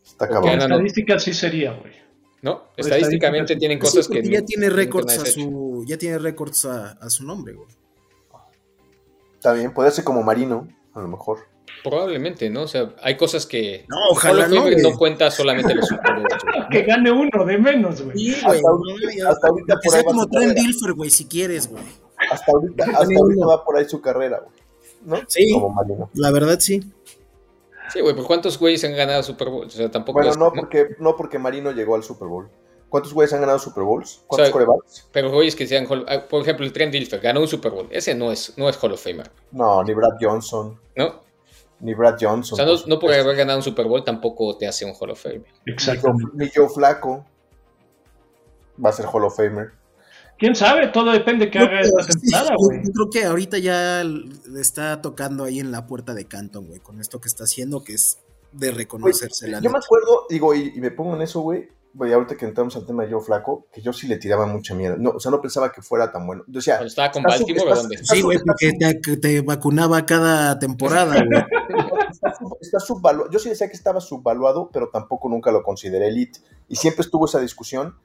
Speaker 3: Está
Speaker 5: Porque
Speaker 3: cabrón.
Speaker 5: no,
Speaker 6: En
Speaker 5: no.
Speaker 6: estadística sí sería, güey.
Speaker 5: ¿No?
Speaker 6: Pues
Speaker 5: Estadísticamente
Speaker 6: estadísticas-
Speaker 5: tienen
Speaker 4: Sí,
Speaker 5: cosas
Speaker 4: porque
Speaker 5: que
Speaker 4: ya
Speaker 5: no-
Speaker 4: tiene
Speaker 5: que
Speaker 4: récords
Speaker 5: nadie
Speaker 4: a
Speaker 5: ha hecho.
Speaker 4: su. Ya tiene récords a, a su nombre, güey.
Speaker 3: Está bien, podría ser como Marino, a lo mejor.
Speaker 5: Probablemente, ¿no? O sea, hay cosas que
Speaker 4: No,
Speaker 5: Hall
Speaker 4: ojalá
Speaker 5: of
Speaker 4: no,
Speaker 5: Famer
Speaker 4: güey.
Speaker 5: no cuenta solamente los Super Bowls, güey.
Speaker 6: Que gane uno de menos, güey.
Speaker 4: Sí,
Speaker 3: Hasta
Speaker 4: Ah, güey.
Speaker 3: ahorita-
Speaker 4: no, ya-
Speaker 3: hasta ahorita
Speaker 4: que
Speaker 3: por
Speaker 4: sea
Speaker 3: ahí va
Speaker 4: como
Speaker 3: su
Speaker 4: Trent
Speaker 3: carrera.
Speaker 4: Dilfer, güey, si quieres, güey.
Speaker 3: Hasta ahorita, hasta
Speaker 4: Marino.
Speaker 3: ahorita va por ahí su carrera, güey. ¿No?
Speaker 4: Sí.
Speaker 3: Como Marino.
Speaker 4: La verdad, sí.
Speaker 5: Sí, güey, pero ¿cuántos güeyes han ganado Super Bowl? O sea, tampoco
Speaker 3: Bueno,
Speaker 5: es-
Speaker 3: no porque, no porque Marino llegó al Super Bowl. ¿Cuántos güeyes han ganado Super Bowls? ¿Cuántos
Speaker 5: O sea,
Speaker 3: corebacks?
Speaker 5: Pero güeyes que sean Hall- ah, Por ejemplo, el Trent Dilfer ganó un Super Bowl. Ese no es, no es Hall of Famer,
Speaker 3: No, ni Brad Johnson,
Speaker 5: ¿no?
Speaker 3: ni Brad Johnson. Este,
Speaker 5: O sea, no,
Speaker 3: por
Speaker 5: no por
Speaker 3: supuesto.
Speaker 5: haber ganado un Super Bowl tampoco te hace un Hall of Famer.
Speaker 6: Exactamente.
Speaker 3: Ni Joe Flaco va a ser Hall of Famer.
Speaker 6: ¿Quién sabe? Todo depende de qué haga
Speaker 4: Yo creo-
Speaker 6: esta temporada,
Speaker 4: yo-
Speaker 6: güey.
Speaker 4: Yo creo que ahorita ya le está tocando ahí en la puerta de Canton, güey, con esto que está haciendo, que es de reconocerse la
Speaker 3: Yo me
Speaker 4: neta.
Speaker 3: acuerdo, digo, y, y me pongo en eso, güey. Güey, ahorita que entramos al tema de Joe Flaco, que yo sí le tiraba mucha mierda. No, o sea, no pensaba que fuera tan bueno. O sea,
Speaker 4: Pues,
Speaker 5: Cuando estaba con
Speaker 3: Estás-
Speaker 5: Baltimore,
Speaker 3: estás-
Speaker 5: ¿dónde?
Speaker 4: Sí, güey, porque te, que te vacunaba cada temporada, güey.
Speaker 3: está subvaluado. Yo sí decía que estaba subvaluado, pero tampoco nunca lo consideré elite. Y siempre estuvo esa discusión.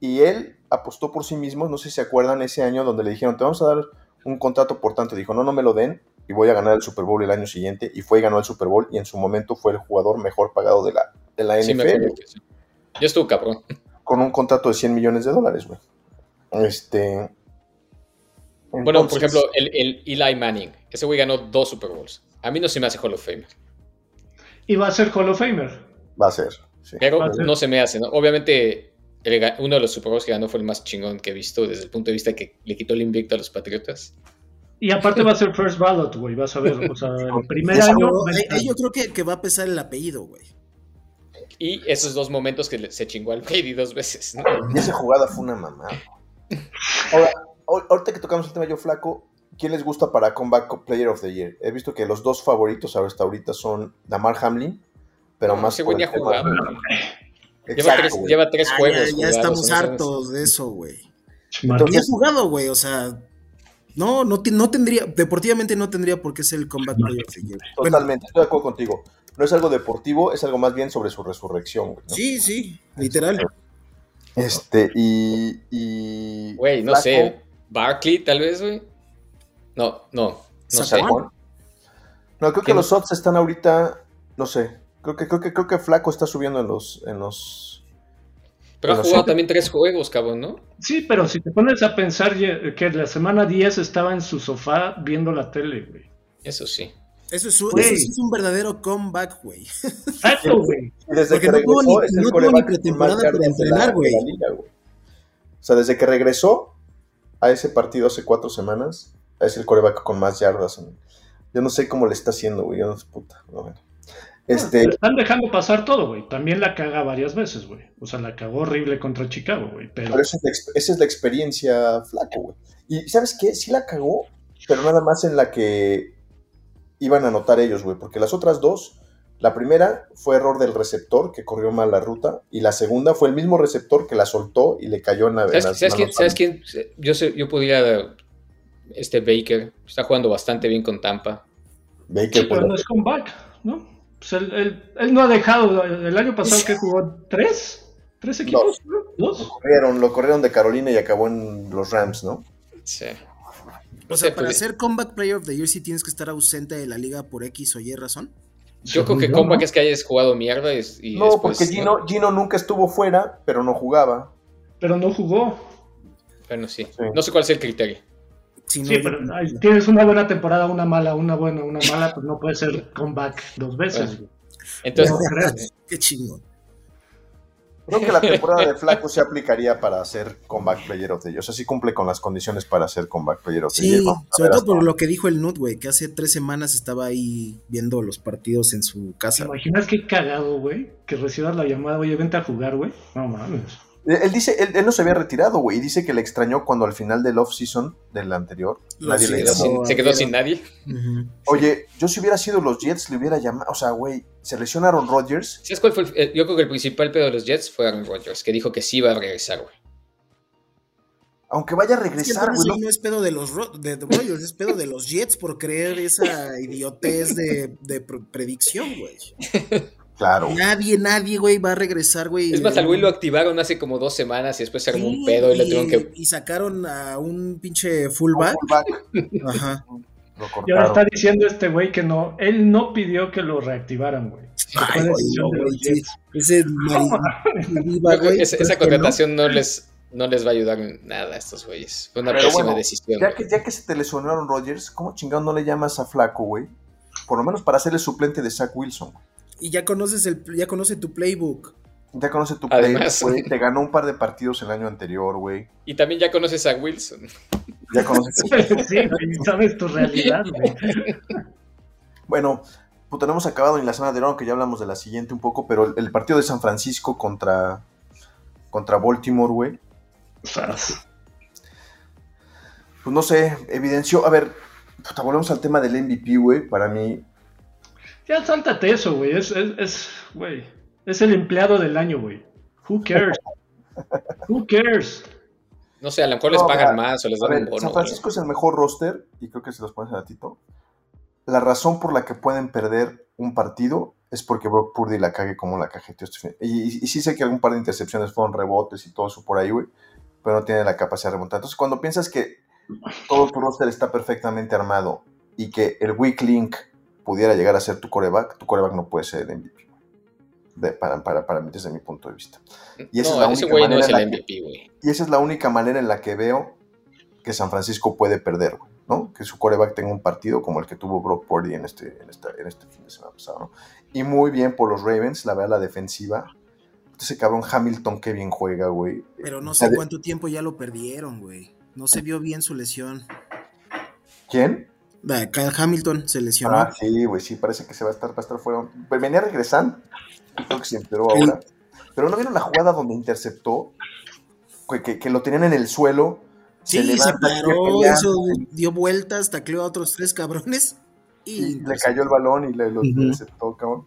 Speaker 3: Y él apostó por sí mismo. No sé si se acuerdan ese año donde le dijeron, te vamos a dar un contrato por tanto. Dijo, no, no me lo den y voy a ganar el Super Bowl el año siguiente. Y fue y ganó el Super Bowl. Y en su momento fue el jugador mejor pagado de la, de la
Speaker 5: Sí, me
Speaker 3: NFL.
Speaker 5: acuerdo que sí. Yo estuve cabrón.
Speaker 3: con un contrato de 100 millones de dólares, güey. Este.
Speaker 5: Bueno, por
Speaker 3: entonces,
Speaker 5: ejemplo, el, el Eli Manning. Ese güey ganó dos Super Bowls. A mí no se me hace Hall of Famer.
Speaker 6: Y va a ser Hall of Famer.
Speaker 3: Va a ser. Ah, sí.
Speaker 5: Pero
Speaker 6: Fácil.
Speaker 5: no se me hace, ¿no? Obviamente, el ga- uno de los Super Bowls que ganó fue el más chingón que he visto desde el punto de vista que le quitó el invicto a los Patriotas.
Speaker 6: Y aparte va a ser first ballot, güey, vas a ver. O sea, el primer
Speaker 4: Eso,
Speaker 6: año. va a
Speaker 4: ahí-
Speaker 6: estar.
Speaker 4: ahí yo creo que, que va a pesar el apellido, güey.
Speaker 5: Y esos dos momentos que le- se chingó al Brady dos veces, ¿no?
Speaker 3: Y esa jugada fue una mamada. Ahora, ahor- ahorita que tocamos el tema yo flaco, ¿quién les gusta para Comeback Player of the Year? He visto que los dos favoritos hasta ahorita son Damar Hamlin, pero más.
Speaker 5: Ese güey
Speaker 3: por
Speaker 5: ni
Speaker 3: el
Speaker 5: ha
Speaker 3: tema-
Speaker 5: jugado. güey. Lleva
Speaker 3: Exacto,
Speaker 5: tres,
Speaker 3: güey.
Speaker 5: lleva tres
Speaker 4: Ah,
Speaker 5: juegos.
Speaker 4: ya, ya
Speaker 5: jugados,
Speaker 4: estamos
Speaker 5: ¿no?
Speaker 4: hartos de eso, güey.
Speaker 6: Martín,
Speaker 4: Ni ha jugado, güey, o sea. No, no, ti- no tendría, deportivamente no tendría por qué ser el comeback player of the year. Bueno,
Speaker 3: Totalmente, estoy de acuerdo contigo. No es algo deportivo, es algo más bien sobre su resurrección. güey, ¿no?
Speaker 4: sí, sí, literal.
Speaker 3: Este, y. y-
Speaker 5: Güey, no
Speaker 3: Flaco,
Speaker 5: sé. Barkley, tal vez, güey. No, no. No sé.
Speaker 4: Saquon.
Speaker 3: Saquon. No, creo que
Speaker 5: ¿Quién?
Speaker 3: los odds están ahorita, no sé. Creo que, creo que, creo que Flaco está subiendo en los, en los.
Speaker 5: Pero ha
Speaker 3: Pero
Speaker 5: jugado
Speaker 3: sí.
Speaker 5: también tres juegos, cabrón, ¿no?
Speaker 6: Sí, pero si te pones a pensar ye- que la semana 10 estaba en su sofá viendo la tele, güey.
Speaker 5: Eso sí.
Speaker 4: Eso es, un,
Speaker 6: Güey.
Speaker 4: eso sí es un verdadero comeback, güey.
Speaker 6: Exacto, güey.
Speaker 3: Y desde
Speaker 4: Porque
Speaker 3: que
Speaker 4: no tuvo
Speaker 3: regresó
Speaker 4: ni-
Speaker 3: es el
Speaker 4: no tuvo ni
Speaker 3: coreback con
Speaker 4: pretemporada
Speaker 3: más
Speaker 4: para
Speaker 3: yardas de la-
Speaker 4: entrenar, güey.
Speaker 3: de la liga, güey. O sea, desde que regresó a ese partido hace cuatro semanas, es el coreback con más yardas. en- Yo no sé cómo le está haciendo, güey. Yo no sé, puta. no, bueno. Este,
Speaker 6: Le están dejando pasar todo, güey. También la caga varias veces, güey. O sea, la cagó horrible contra Chicago, güey. Pero
Speaker 3: pero esa es la, ex- esa es la experiencia Flaco, güey. Y ¿sabes qué? Sí la cagó, pero nada más en la que iban a anotar ellos, güey, porque las otras dos, la primera fue error del receptor que corrió mal la ruta y la segunda fue el mismo receptor que la soltó y le cayó en la en
Speaker 5: ¿Sabes,
Speaker 3: las
Speaker 5: sabes quién,
Speaker 3: manos
Speaker 5: sabes quién? Yo, sé, yo podría. Este Baker está jugando bastante bien con Tampa.
Speaker 3: Ve que
Speaker 6: Sí, pero no es comeback, ¿no? Pues él, él- él no ha dejado. El año pasado que jugó tres, tres equipos, ¿no?
Speaker 3: lo
Speaker 6: dos.
Speaker 3: corrieron, lo corrieron de Carolina y acabó en los Rams, ¿no?
Speaker 5: Sí.
Speaker 4: O
Speaker 5: Sí,
Speaker 4: sea, para
Speaker 5: pues,
Speaker 4: ser comeback player of the year sí tienes que estar ausente de la liga por X o Y razón.
Speaker 5: Yo creo que
Speaker 6: Según yo,
Speaker 5: comeback
Speaker 6: ¿no?
Speaker 5: es que hayas jugado mierda y, y
Speaker 3: no,
Speaker 5: después,
Speaker 3: porque Gino, Gino nunca estuvo fuera, pero no jugaba.
Speaker 6: Pero no jugó.
Speaker 5: Bueno, sí.
Speaker 3: Sí.
Speaker 5: No sé cuál es el criterio.
Speaker 4: Si no,
Speaker 6: Sí,
Speaker 4: yo-
Speaker 6: pero ay, tienes una buena temporada, una mala, una buena, una mala, pues no puede ser comeback dos veces. güey.
Speaker 5: Entonces,
Speaker 6: No creo.
Speaker 4: Qué chingón.
Speaker 3: Creo que la temporada de Flaco se aplicaría para ser comeback player of the year. O sea, sí cumple con las condiciones para ser comeback player of the year.
Speaker 4: Sí,
Speaker 3: Vamos a
Speaker 4: sobre
Speaker 3: ver
Speaker 4: todo por
Speaker 3: hasta-
Speaker 4: lo que dijo el Nut, güey, que hace tres semanas estaba ahí viendo los partidos en su
Speaker 6: ¿Te
Speaker 4: casa.
Speaker 6: imaginas qué cagado, güey? Que recibas la llamada, oye, vente a jugar, güey. No mames.
Speaker 3: Él dice, él, él no se había retirado, güey, y dice que le extrañó cuando al final del off-season del anterior
Speaker 4: Lo
Speaker 3: nadie le
Speaker 5: se
Speaker 4: siento.
Speaker 5: quedó
Speaker 3: llamó.
Speaker 5: sin- se quedó sin nadie.
Speaker 4: Ujú.
Speaker 3: Oye, yo si hubiera sido los Jets, le hubiera llamado. O sea, güey, se lesiona Aaron Rodgers.
Speaker 5: ¿Sabes cuál fue? el- eh, yo creo que el principal pedo de los Jets fue Aaron Rodgers, que dijo que sí iba a regresar, güey.
Speaker 3: Aunque vaya a
Speaker 4: Es que
Speaker 3: regresar,
Speaker 4: entonces
Speaker 3: güey.
Speaker 4: ahí
Speaker 3: no-
Speaker 4: no es pedo de los Ro- de de Royals, es pedo de los Jets por creer esa idiotez de, de pr- predicción, güey.
Speaker 3: Claro.
Speaker 4: Nadie, nadie, güey, va a regresar, güey.
Speaker 5: Es más, al güey lo activaron hace como dos semanas y después se armó un pedo y lo tuvieron que.
Speaker 4: y sacaron a un pinche
Speaker 3: Un
Speaker 4: fullback.
Speaker 3: fullback,
Speaker 4: Ajá.
Speaker 3: Lo
Speaker 6: Y ahora está
Speaker 3: cortaron.
Speaker 6: diciendo este güey que no, él no pidió que lo reactivaran, güey.
Speaker 4: Ay,
Speaker 6: Fue
Speaker 4: güey,
Speaker 6: decisión de
Speaker 4: güey,
Speaker 6: los
Speaker 4: sí.
Speaker 6: Jets.
Speaker 4: Ese mari- diva,
Speaker 5: Yo creo
Speaker 4: güey,
Speaker 5: que esa,
Speaker 4: creo
Speaker 5: esa
Speaker 4: que no.
Speaker 5: contratación no les, no les va a ayudar en nada a estos güeyes. Fue una
Speaker 3: Pero
Speaker 5: pésima
Speaker 3: bueno,
Speaker 5: decisión.
Speaker 3: Ya
Speaker 5: güey.
Speaker 3: que, ya que se te lesionó Aaron Rodgers, ¿cómo chingado no le llamas a Flaco, güey? Por lo menos para hacerle suplente de Zach Wilson.
Speaker 4: Y ya conoces el, ya conoce tu playbook.
Speaker 3: Ya conoce tu play,
Speaker 5: Además.
Speaker 3: güey. Te ganó un par de partidos el año anterior, güey.
Speaker 5: Y también ya conoces a Wilson.
Speaker 3: Ya conoce tu
Speaker 6: Sí, güey, sabes tu realidad, güey.
Speaker 3: Bueno, puta, no hemos acabado en la semana de verano, que ya hablamos de la siguiente un poco, pero el, el partido de San Francisco contra, contra Baltimore, güey,
Speaker 6: Sas.
Speaker 3: pues no sé, evidenció, a ver, puta, volvemos al tema del MVP, güey, para mí,
Speaker 6: Ya sáltate eso, güey. Es, es, es, güey. Es el empleado del año, güey. Who cares? Who cares?
Speaker 5: No sé, a lo mejor
Speaker 3: No,
Speaker 5: les pagan
Speaker 3: mira,
Speaker 5: más o les
Speaker 3: a
Speaker 5: dan un
Speaker 3: ver,
Speaker 5: bono.
Speaker 3: San Francisco es el mejor roster, y creo que se los pones a ratito, la razón por la que pueden perder un partido es porque Brock Purdy la cague como la cajeteó este fin. Y, y- y sí sé que algún par de intercepciones fueron rebotes y todo eso por ahí, güey, pero no tiene la capacidad de remontar. Entonces, cuando piensas que todo tu roster está perfectamente armado y que el weak link pudiera llegar a ser tu coreback, tu coreback no puede ser el MVP. De- para, para, para mí, desde mi punto de vista. Y esa es
Speaker 5: no,
Speaker 3: la
Speaker 5: ese
Speaker 3: única
Speaker 5: güey no
Speaker 3: manera
Speaker 5: es
Speaker 3: en la
Speaker 5: el
Speaker 3: que-
Speaker 5: MVP, güey.
Speaker 3: y esa es la única manera en la que veo que San Francisco puede perder, güey, ¿no? Que su coreback tenga un partido como el que tuvo Brock Purdy en este, en esta- en este fin de semana pasado, ¿no? Y muy bien por los Ravens, la verdad, la defensiva. Ese cabrón Hamilton, qué bien juega, güey.
Speaker 4: Pero no
Speaker 3: O sea,
Speaker 4: sé
Speaker 3: de-
Speaker 4: cuánto tiempo ya lo perdieron, güey. No se vio bien su lesión.
Speaker 3: ¿Quién?
Speaker 4: Da, Kyle Hamilton se lesionó.
Speaker 3: Ah, sí, güey, sí, parece que se va a estar, va a estar fuera. Pues venía regresando, creo que se enteró
Speaker 4: Sí.
Speaker 3: ahora. Pero no vieron la jugada donde interceptó, que, que- que lo tenían en el suelo.
Speaker 4: sí, se,
Speaker 3: levanta, sigue
Speaker 4: paró,
Speaker 3: peleando,
Speaker 4: hizo- dio vueltas, tacleó a otros tres cabrones. Y
Speaker 3: y le cayó el balón y le lo
Speaker 4: Ujú.
Speaker 3: interceptó, cabrón.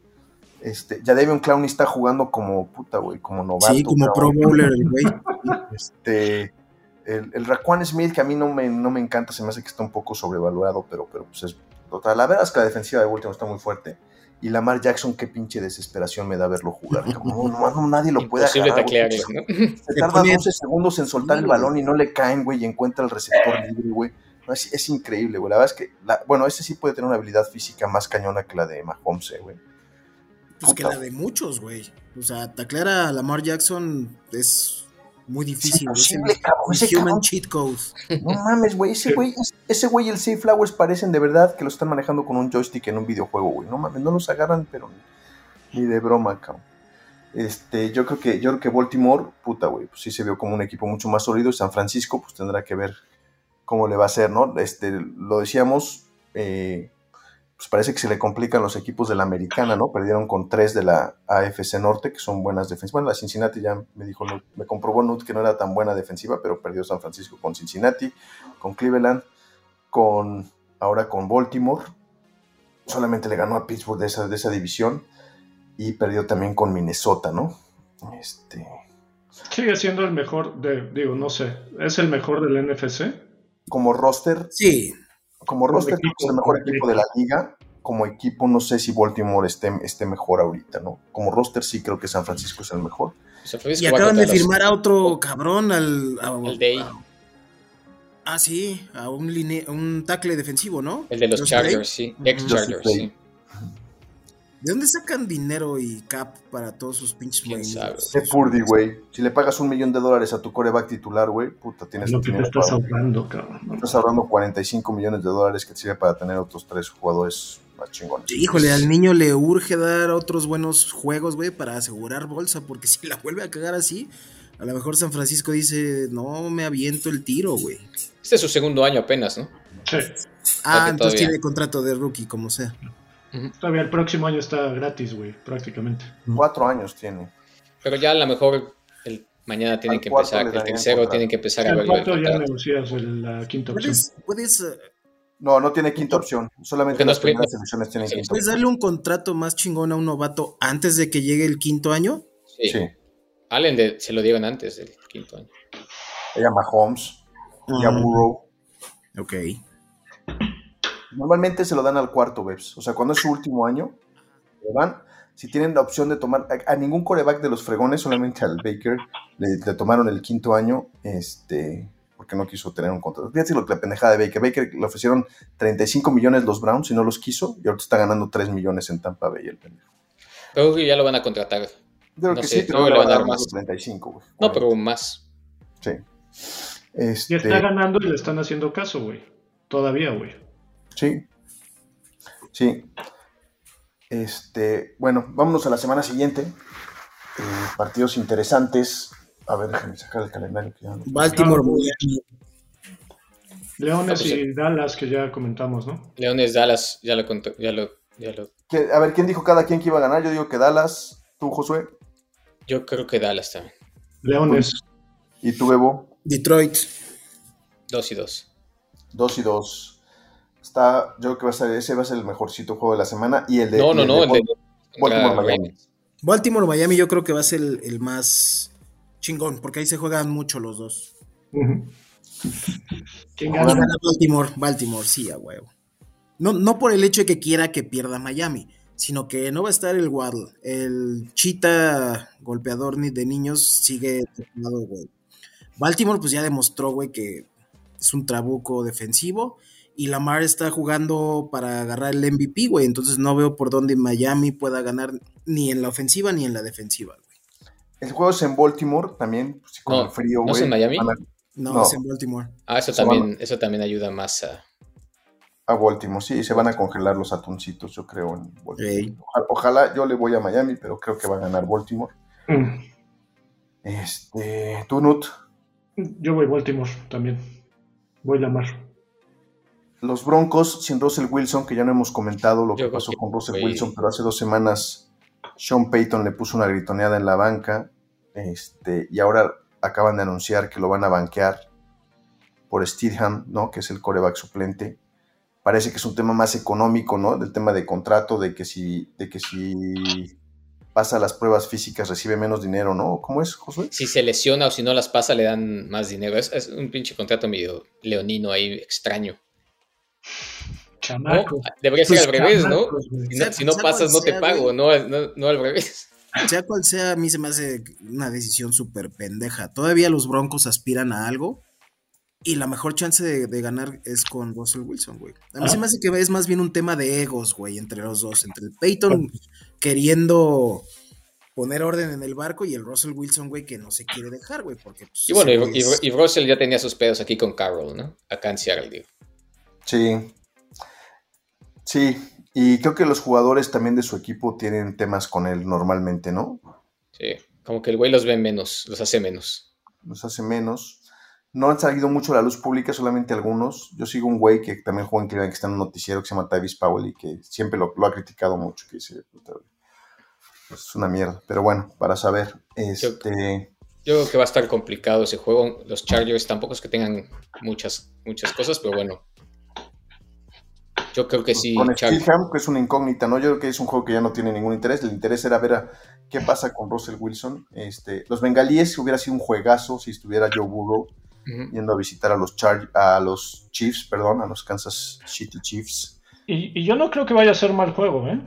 Speaker 3: Este, ya Davion Clowney está jugando como puta, güey, como novato.
Speaker 4: Sí, como pro
Speaker 3: cabrón.
Speaker 4: bowler, el güey.
Speaker 3: Este, el, el Raquan Smith, que a mí no me, no me encanta, se me hace que está un poco sobrevaluado, pero, pero pues es total. La verdad es que la defensiva de Baltimore está muy fuerte. Y Lamar Jackson, qué pinche desesperación me da verlo jugar. cabrón. No, no, no, nadie lo puede
Speaker 5: Imposible
Speaker 3: agarrar, güey.
Speaker 5: taclearle, ¿no?
Speaker 3: Se
Speaker 4: Te
Speaker 3: tarda
Speaker 4: pone-
Speaker 3: 12 segundos en soltar el balón y no le caen, güey, y encuentra el receptor libre, güey. No, Es, es increíble, güey. La verdad es que, la- bueno, ese sí puede tener una habilidad física más cañona que la de Mahomes, eh, güey.
Speaker 4: Pues que la de muchos, güey. O sea, taclear a Lamar Jackson es muy
Speaker 3: Es
Speaker 4: difícil. Es
Speaker 3: imposible,
Speaker 4: el-
Speaker 3: cabrón. Ese
Speaker 4: el human
Speaker 3: cabrón,
Speaker 4: cheat code.
Speaker 3: no mames, güey. Ese güey, ese güey y el Safe Flowers parecen de verdad que lo están manejando con un joystick en un videojuego, güey. No mames, no los agarran, pero ni de broma, cabrón. Este, yo creo que, yo creo que Baltimore, puta, güey, pues sí se vio como un equipo mucho más sólido. y San Francisco, pues tendrá que ver cómo le va a hacer, ¿no? Este, lo decíamos, eh, pues parece que se le complican los equipos de la americana, ¿no? Perdieron con tres de la AFC Norte, que son buenas defensas. Bueno, la Cincinnati ya me dijo, Nut- me comprobó Nut que no era tan buena defensiva, pero perdió San Francisco con Cincinnati, con Cleveland, con ahora con Baltimore. Solamente le ganó a Pittsburgh de esa, de esa división y perdió también con Minnesota, ¿no? Este,
Speaker 6: Sigue siendo el mejor de, digo, no sé, es el mejor del NFC.
Speaker 3: como roster,
Speaker 4: Sí,
Speaker 3: como roster
Speaker 6: equipo,
Speaker 3: es el mejor
Speaker 6: como
Speaker 3: equipo de la liga. Como equipo, no sé si Baltimore esté, esté mejor ahorita, ¿no? Como roster, sí creo que San Francisco es el mejor.
Speaker 5: San Francisco
Speaker 4: y
Speaker 5: va
Speaker 4: acaban de
Speaker 5: contra los-
Speaker 4: firmar a otro cabrón, al. a-
Speaker 5: al Day,
Speaker 4: ah, sí, a un, line- un tackle defensivo, ¿no?
Speaker 5: el de los
Speaker 4: Los
Speaker 5: Chargers, sí. Ex
Speaker 4: Ujú.
Speaker 5: Chargers,
Speaker 3: Los
Speaker 5: sí.
Speaker 4: Day. ¿De dónde sacan dinero y cap para todos sus pinches
Speaker 5: ¿Quién
Speaker 4: movimientos?
Speaker 3: Es Purdy, güey. Si le pagas un millón de dólares a tu coreback titular, güey, puta, tienes
Speaker 6: Es lo que te
Speaker 3: dinero
Speaker 6: estás
Speaker 3: para-
Speaker 6: ahorrando, cabrón. ¿no?
Speaker 3: Estás ahorrando 45 millones de dólares que te sirve para tener otros tres jugadores más chingones.
Speaker 4: Híjole, al niño le urge dar otros buenos juegos, güey, para asegurar bolsa, porque si la vuelve a cagar así, a lo mejor San Francisco dice, no me aviento el tiro, güey.
Speaker 5: Este es su segundo año apenas, ¿no?
Speaker 6: Sí,
Speaker 4: Ah, entonces
Speaker 5: todavía.
Speaker 4: tiene contrato de rookie, como sea.
Speaker 6: todavía el próximo año está gratis, güey, prácticamente.
Speaker 3: Cuatro años tiene.
Speaker 5: Pero ya a lo mejor el, mañana tienen
Speaker 3: Al
Speaker 5: que
Speaker 3: cuarto
Speaker 5: empezar,
Speaker 3: le
Speaker 5: el
Speaker 3: darían
Speaker 5: tercero
Speaker 3: contrato.
Speaker 5: tienen que empezar a
Speaker 6: El
Speaker 5: evaluar.
Speaker 6: cuarto ya
Speaker 5: contrato.
Speaker 6: negocias el- la quinta opción.
Speaker 5: Pues,
Speaker 4: Puedes, puedes, eh,
Speaker 3: No, no tiene quinta opción. Solamente
Speaker 5: Porque no
Speaker 3: las
Speaker 5: es prima.
Speaker 3: primeras selecciones tienen
Speaker 5: Sí.
Speaker 3: quinta
Speaker 4: puedes
Speaker 3: opción.
Speaker 4: darle Pues un contrato más chingón a un novato antes de que llegue el quinto año.
Speaker 5: Sí.
Speaker 3: Sí.
Speaker 5: Allen le- se lo dieron antes del quinto año.
Speaker 3: Ella Mahomes y a
Speaker 4: Mm,
Speaker 3: Burrow.
Speaker 4: Ok.
Speaker 3: Normalmente se lo dan al cuarto, Bebs. O sea, cuando es su último año, le dan. Si tienen la opción de tomar a, a ningún coreback de los fregones, solamente al Baker, le, le tomaron el quinto año, este, porque no quiso tener un contrato. Fíjate lo que la pendejada de Baker. Baker le ofrecieron 35 millones los Browns y no los quiso, y ahorita está ganando 3 millones en Tampa Bay el pendejo.
Speaker 5: Pero creo que ya lo van a contratar.
Speaker 3: Yo creo
Speaker 5: No
Speaker 3: que
Speaker 5: sé,
Speaker 3: sí, pero
Speaker 5: no
Speaker 3: no
Speaker 5: le
Speaker 3: le
Speaker 5: van
Speaker 3: van
Speaker 5: a dar
Speaker 3: a dar
Speaker 5: más.
Speaker 3: 35, güey.
Speaker 5: No, pero más.
Speaker 3: Sí.
Speaker 6: Y
Speaker 3: Este,
Speaker 6: está ganando y le están haciendo caso, güey. Todavía, güey.
Speaker 3: Sí. Sí. Este, bueno, vámonos a la semana siguiente. Eh, partidos interesantes. A ver, déjame sacar el calendario. que ya no-
Speaker 4: Baltimore, Miami.
Speaker 6: Leones
Speaker 5: Ah, pues,
Speaker 6: y Dallas, que ya comentamos, ¿no?
Speaker 5: Leones Dallas ya lo contó, ya lo, ya lo.
Speaker 3: Que- A ver, ¿quién dijo cada quien que iba a ganar? Yo digo que Dallas, tú, Josué,
Speaker 5: Yo creo que Dallas también.
Speaker 6: Leones.
Speaker 3: y tú, Bebo,
Speaker 4: Detroit.
Speaker 5: Dos y dos.
Speaker 3: dos y dos. Está, yo creo que va a ser, ese va a ser el mejorcito juego de la semana. Y el de.
Speaker 5: No,
Speaker 3: y
Speaker 5: no, no. El de contra
Speaker 3: Baltimore, Miami.
Speaker 5: Ravens.
Speaker 4: Baltimore, Miami, yo creo que va a ser el, el más chingón, porque ahí se juegan mucho los dos.
Speaker 6: Ujú. ¿Quién
Speaker 4: Va a
Speaker 6: gana?
Speaker 4: ganar Baltimore, Baltimore, sí, a huevo. No, no por el hecho de que quiera que pierda Miami, sino que no va a estar el Waddle. El chita golpeador ni de niños sigue tocado, güey. Baltimore, pues ya demostró, güey, que es un trabuco defensivo. Y Lamar está jugando para agarrar el MVP, güey. Entonces no veo por dónde Miami pueda ganar ni en la ofensiva ni en la defensiva, güey.
Speaker 3: El juego es en Baltimore también, pues, con
Speaker 5: No,
Speaker 3: el frío,
Speaker 5: ¿no es
Speaker 3: güey.
Speaker 5: en Miami?
Speaker 3: Van A,
Speaker 4: No,
Speaker 3: No.
Speaker 4: es en Baltimore.
Speaker 5: Ah, eso
Speaker 3: Se
Speaker 5: también, eso también ayuda más a.
Speaker 3: a Baltimore, sí, se van a congelar los atuncitos, yo creo, en Baltimore.
Speaker 4: Ey.
Speaker 3: Ojalá- ojalá yo le voy a Miami, pero creo que va a ganar Baltimore.
Speaker 6: Mm.
Speaker 3: Este, tú, Nut,
Speaker 6: Yo voy Baltimore también. Voy Lamar.
Speaker 3: los Broncos sin Russell Wilson, que ya no hemos comentado lo
Speaker 5: Yo
Speaker 3: que pasó
Speaker 5: creo que
Speaker 3: con Russell
Speaker 5: fue-
Speaker 3: Wilson, pero hace dos semanas Sean Payton le puso una gritoneada en la banca, este, y ahora acaban de anunciar que lo van a banquear por Steedham, ¿no? Que es el coreback suplente. Parece que es un tema más económico, ¿no? Del tema de contrato, de que si, de que si pasa las pruebas físicas recibe menos dinero, ¿no? ¿Cómo es, Josué?
Speaker 5: Si se lesiona o si no las pasa, le dan más dinero. Es, es un pinche contrato medio leonino ahí, extraño. ¿no?
Speaker 6: Chamaco.
Speaker 5: Debería ser
Speaker 6: Tus
Speaker 5: al revés, ¿no?
Speaker 6: Pues chamacos, güey.
Speaker 5: Si no,
Speaker 4: Sea-
Speaker 5: si no
Speaker 4: pues, sea
Speaker 5: pasas, no
Speaker 4: cual
Speaker 5: te
Speaker 4: sea,
Speaker 5: pago,
Speaker 4: güey.
Speaker 5: no, no, no al revés.
Speaker 4: Sea cual sea, a mí se me hace una decisión súper pendeja. Todavía los Broncos aspiran a algo y la mejor chance de, de ganar es con Russell Wilson, güey. A mí
Speaker 6: Ah.
Speaker 4: se me hace que es más bien un tema de egos, güey, entre los dos. Entre el Peyton queriendo poner orden en el barco y el Russell Wilson, güey, que no se quiere dejar, güey, porque... pues,
Speaker 5: Y bueno,
Speaker 4: ese güey
Speaker 5: y,
Speaker 4: es-
Speaker 5: y- y Russell ya tenía sus pedos aquí con Carroll, ¿no? Acá en Seattle, digo.
Speaker 3: Sí. Sí, y creo que los jugadores también de su equipo tienen temas con él normalmente, ¿no?
Speaker 5: Sí, como que el güey los ve menos, los hace menos.
Speaker 3: Los hace menos. No han salido mucho a la luz pública, solamente algunos. Yo sigo un güey que también juega en Cleveland, que está en un noticiero que se llama Tavis Powell y que siempre lo, lo ha criticado mucho, que dice, "Puta, pues es una mierda. Pero bueno, para saber, este,
Speaker 5: Yo creo que va a estar complicado ese juego. Los Chargers tampoco es que tengan muchas, muchas cosas, pero bueno. Yo creo que sí,
Speaker 3: pues, con
Speaker 5: Chargers.
Speaker 3: Steelham, que es una incógnita, ¿no? Yo creo que es un juego que ya no tiene ningún interés. El interés era ver a- qué pasa con Russell Wilson. Este, los bengalíes hubiera sido un juegazo si estuviera Joe Burrow
Speaker 5: Ujú.
Speaker 3: yendo a visitar a los Char- a los Chiefs, perdón, a los Kansas City Chiefs.
Speaker 6: Y, y yo no creo que vaya a ser mal juego, ¿eh?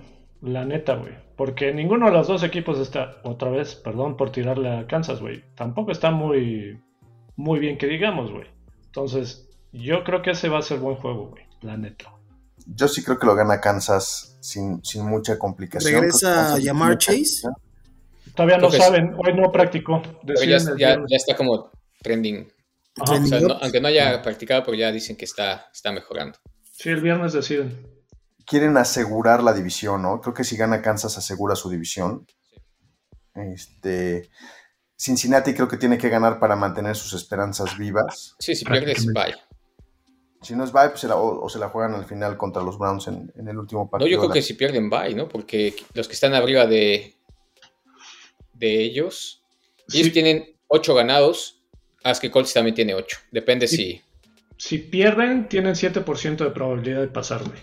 Speaker 6: La neta, güey. Porque ninguno de los dos equipos está, otra vez, perdón por tirarle a Kansas, güey. Tampoco está muy, muy bien que digamos, güey. Entonces, yo creo que ese va a ser buen juego, güey. La neta.
Speaker 3: yo sí creo que lo gana Kansas sin, sin mucha complicación.
Speaker 4: Regresa
Speaker 3: Kansas
Speaker 4: Jamar
Speaker 3: tiene mucha
Speaker 4: Chase.
Speaker 3: complicación.
Speaker 6: Todavía no
Speaker 5: Entonces-
Speaker 6: saben, hoy no practicó.
Speaker 5: Pero ya,
Speaker 6: decían el
Speaker 5: ya-
Speaker 6: viernes.
Speaker 5: ya está como trending.
Speaker 6: Ajá,
Speaker 5: O sea,
Speaker 4: Trending
Speaker 5: no-
Speaker 4: up.
Speaker 5: aunque no haya practicado, pero ya dicen que está, está mejorando.
Speaker 6: Sí, el viernes deciden.
Speaker 3: Quieren asegurar la división, ¿no? Creo que si gana Kansas asegura su división. Este, Cincinnati creo que tiene que ganar para mantener sus esperanzas vivas.
Speaker 5: Sí, si pierdes,
Speaker 7: Prácticamente.
Speaker 5: bye.
Speaker 3: Si no es bye, pues se la- o, o se la juegan al final contra los Browns en, en el último
Speaker 5: No,
Speaker 3: partido.
Speaker 5: yo
Speaker 3: de
Speaker 5: creo
Speaker 3: la-
Speaker 5: que si pierden, bye, ¿no? Porque los que están arriba de, de ellos,
Speaker 6: Sí.
Speaker 5: ellos tienen 8 ganados, as que Colts también tiene 8. Depende si.
Speaker 6: Si pierden, tienen 7% de probabilidad de pasarme.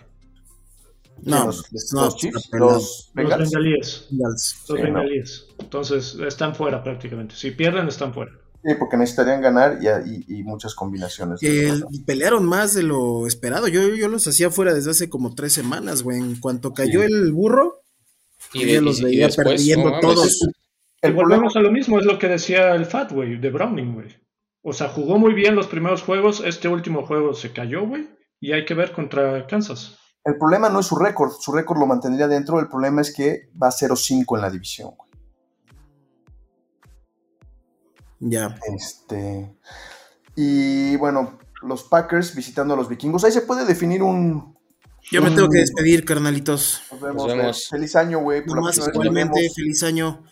Speaker 4: No,
Speaker 3: los,
Speaker 4: pues
Speaker 3: los
Speaker 4: no,
Speaker 3: Chiefs,
Speaker 4: pero
Speaker 3: los
Speaker 6: Los
Speaker 3: Bengals.
Speaker 6: bengalíes.
Speaker 4: Bengals.
Speaker 6: Los
Speaker 3: Sí, no.
Speaker 6: bengalíes. Entonces, están fuera prácticamente. Si pierden, están fuera.
Speaker 3: Sí, porque necesitarían ganar y, y- y muchas combinaciones.
Speaker 4: Que pelearon más de lo esperado. Yo, yo los hacía fuera desde hace como tres semanas, güey. En cuanto cayó el burro,
Speaker 5: Y,
Speaker 4: yo ya
Speaker 5: de-
Speaker 4: los
Speaker 5: y- y
Speaker 4: veía
Speaker 5: después,
Speaker 4: perdiendo
Speaker 5: no mames,
Speaker 4: todos.
Speaker 6: Y
Speaker 3: El problema,
Speaker 6: volvemos a lo mismo, es lo que decía el Fat, güey, de Browning, güey. O sea, jugó muy bien los primeros juegos, este último juego se cayó, güey, y hay que ver contra Kansas.
Speaker 3: el problema no es su récord, su récord lo mantendría dentro, el problema es que va 0-5 en la división. güey.
Speaker 4: Ya.
Speaker 3: Este, y bueno, los Packers visitando a los vikingos, ahí se puede definir un...
Speaker 4: Yo me
Speaker 6: Mm.
Speaker 4: tengo que despedir, carnalitos.
Speaker 3: Nos vemos,
Speaker 5: Nos vemos.
Speaker 3: eh. Feliz año, güey. por la
Speaker 4: Nomás
Speaker 3: próxima vez nos
Speaker 4: igualmente,
Speaker 3: vemos.
Speaker 4: feliz año.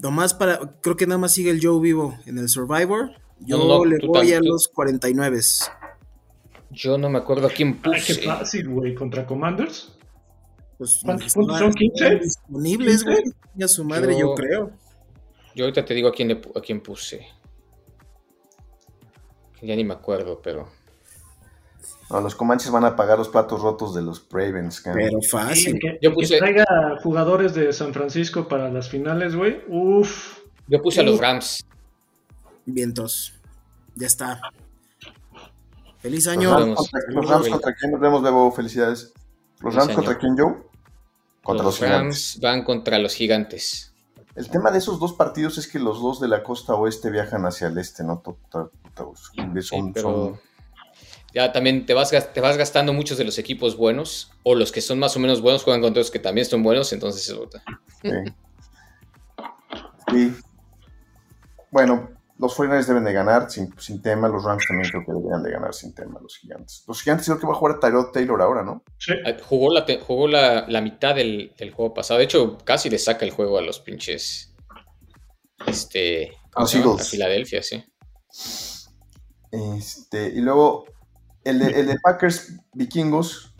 Speaker 4: Nomás para, creo que nada más sigue el Joe vivo en el Survivor. Yo
Speaker 5: No, no,
Speaker 4: le
Speaker 5: tú
Speaker 4: voy
Speaker 5: también,
Speaker 4: a
Speaker 5: tú.
Speaker 4: los 49.
Speaker 5: Yo no me acuerdo a quién
Speaker 6: Ay, Ah, qué
Speaker 5: puse.
Speaker 6: fácil, güey, contra Commanders.
Speaker 4: Pues,
Speaker 6: ¿Cuántos
Speaker 4: no
Speaker 6: puntos son?
Speaker 4: están
Speaker 6: ¿15?
Speaker 4: Disponibles, güey. A su madre, yo
Speaker 5: Yo-
Speaker 4: creo.
Speaker 5: Yo ahorita te digo a quién, le pu- a quién puse. Que Ya ni me acuerdo, pero.
Speaker 3: No, los Comanches van a pagar los platos rotos de los Ravens. cabrón.
Speaker 4: Pero fácil.
Speaker 6: que,
Speaker 5: Yo puse-
Speaker 6: que traiga jugadores de San Francisco para las finales, güey. Uf.
Speaker 5: Yo puse a los Rams.
Speaker 4: Vientos. Ya está. Feliz
Speaker 3: Los
Speaker 4: año.
Speaker 5: Nos
Speaker 3: Rams,
Speaker 5: vemos.
Speaker 3: contra, los Rams contra quién nos vemos, Bebo, felicidades. Los
Speaker 5: Feliz
Speaker 3: Rams
Speaker 5: año.
Speaker 3: contra quién, Joe? Contra los,
Speaker 5: los
Speaker 3: Gigantes.
Speaker 5: Rams van contra los Gigantes.
Speaker 3: El tema de esos dos partidos es que los dos de la costa oeste viajan hacia el este, ¿no? Tota- tota- son-
Speaker 5: Sí,
Speaker 3: son-
Speaker 5: pero ya también te vas, gas- te vas gastando muchos de los equipos buenos, o los que son más o menos buenos juegan contra los que también son buenos, entonces es otra.
Speaker 3: sí. Sí. Bueno, los 49 deben de ganar sin, sin tema. Los Rams también creo que deberían de ganar sin tema, los Gigantes. Los Gigantes creo que va a jugar Tyrod Taylor ahora, ¿no?
Speaker 6: Sí.
Speaker 5: Ah, Jugó la, te- jugó la, la mitad del, del juego pasado, de hecho casi le saca el juego a los pinches. Este. ¿cómo
Speaker 3: Los
Speaker 5: se llama?
Speaker 3: Eagles.
Speaker 5: A Filadelfia, sí.
Speaker 3: Este, y luego el de, el de Packers Vikingos,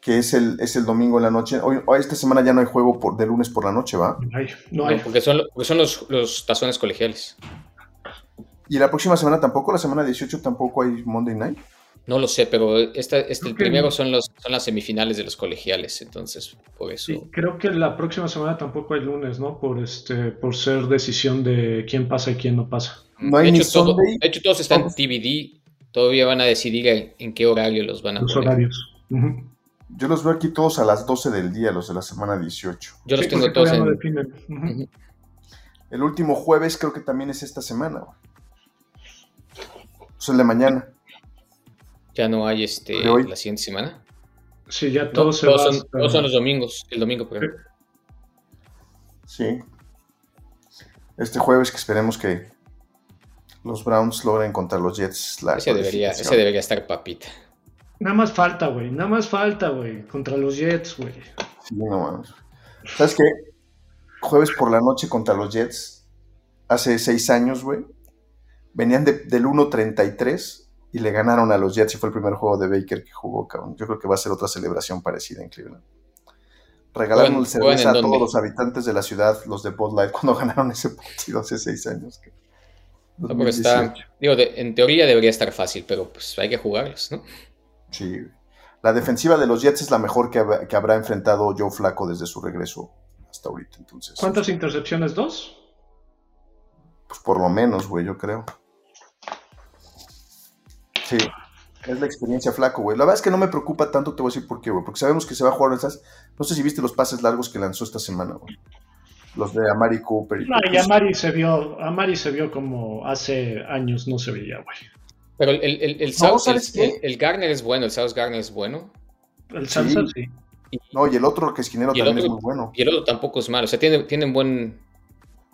Speaker 3: que es el, es el domingo en la noche. Hoy, hoy esta semana ya no hay juego por, de lunes por la noche, ¿va?
Speaker 6: Ay, no
Speaker 5: No,
Speaker 6: hay.
Speaker 5: porque son, lo- porque son los, los tazones colegiales.
Speaker 3: Y la próxima semana tampoco, la semana 18 tampoco hay Monday Night.
Speaker 5: No lo sé, pero esta, este, el
Speaker 6: Creo que-
Speaker 5: primero son, los, son las semifinales de los colegiales, entonces por eso.
Speaker 6: Sí, creo que la próxima semana tampoco hay lunes, ¿no? Por este, por ser decisión de quién pasa y quién no pasa.
Speaker 3: No hay
Speaker 5: de,
Speaker 3: ni
Speaker 5: hecho, todo-
Speaker 3: Sunday.
Speaker 5: de hecho, todos están en
Speaker 3: Todos.
Speaker 5: TBD. Todavía van a decidir en- en qué horario los van a
Speaker 6: Los
Speaker 5: poner.
Speaker 6: horarios. Ujú.
Speaker 3: Yo los veo aquí todos a las 12 del día, los de la semana 18.
Speaker 5: Yo los
Speaker 6: Sí,
Speaker 5: tengo
Speaker 6: porque
Speaker 5: todos
Speaker 6: todavía no
Speaker 5: en.
Speaker 6: definen. Ujú.
Speaker 5: Ujú.
Speaker 3: El último jueves creo que también es esta semana. güey. Es el de mañana.
Speaker 5: Ya no hay este
Speaker 3: De hoy.
Speaker 5: la siguiente semana.
Speaker 6: Sí, ya
Speaker 5: No,
Speaker 6: todo
Speaker 5: todos,
Speaker 6: se va
Speaker 5: son,
Speaker 6: hasta-
Speaker 5: todos son los domingos. El domingo, pero.
Speaker 3: Sí. Este jueves que esperemos que los Browns logren contra los Jets. La
Speaker 5: Ese debería,
Speaker 3: cualificación.
Speaker 5: ese debería estar papita.
Speaker 6: Nada más falta, güey. Nada más falta, güey. Contra los Jets, güey.
Speaker 3: Sí, no mames. ¿Sabes qué? Jueves por la noche contra los Jets, hace seis años, güey. Venían de- del 1.33 y le ganaron a los Jets y fue el primer juego de Baker que jugó, cabrón. Yo creo que va a ser otra celebración parecida en Cleveland. Regalaron
Speaker 5: Juegan- juegan en
Speaker 3: cerveza a todos
Speaker 5: dónde?
Speaker 3: los habitantes de la ciudad, los de Bud Light, cuando ganaron ese partido hace seis años. cabrón.
Speaker 5: No, porque Ah, está-
Speaker 3: 2018.
Speaker 5: digo, de- en teoría debería estar fácil, pero pues hay que jugarlos, ¿no?
Speaker 3: Sí. güey. La defensiva de los Jets es la mejor que, hab- que habrá enfrentado Joe Flaco desde su regreso hasta ahorita. Entonces,
Speaker 6: ¿Cuántas intercepciones? ¿Dos?
Speaker 3: Pues por lo menos, güey, yo creo. Sí, es la experiencia flaco, güey. La verdad es que no me preocupa tanto, te voy a decir por qué, güey. Porque sabemos que se va a jugar esas. No sé si viste los pases largos que lanzó esta semana, güey. Los de Amari Cooper. y
Speaker 6: No, y
Speaker 3: Cooper.
Speaker 6: Amari se vio, Amari se vio como hace años no se veía, güey.
Speaker 5: Pero el, el, el, el
Speaker 3: No,
Speaker 5: South-
Speaker 3: ¿sabes
Speaker 5: el-
Speaker 3: qué?
Speaker 5: el- el Garner es bueno, el South Garner es bueno.
Speaker 6: El Samson sí.
Speaker 3: No, y el otro que esquinero
Speaker 5: Y el
Speaker 3: también es
Speaker 5: otro-
Speaker 3: muy bueno.
Speaker 5: Y el otro tampoco es malo. O sea, tienen, tienen buen.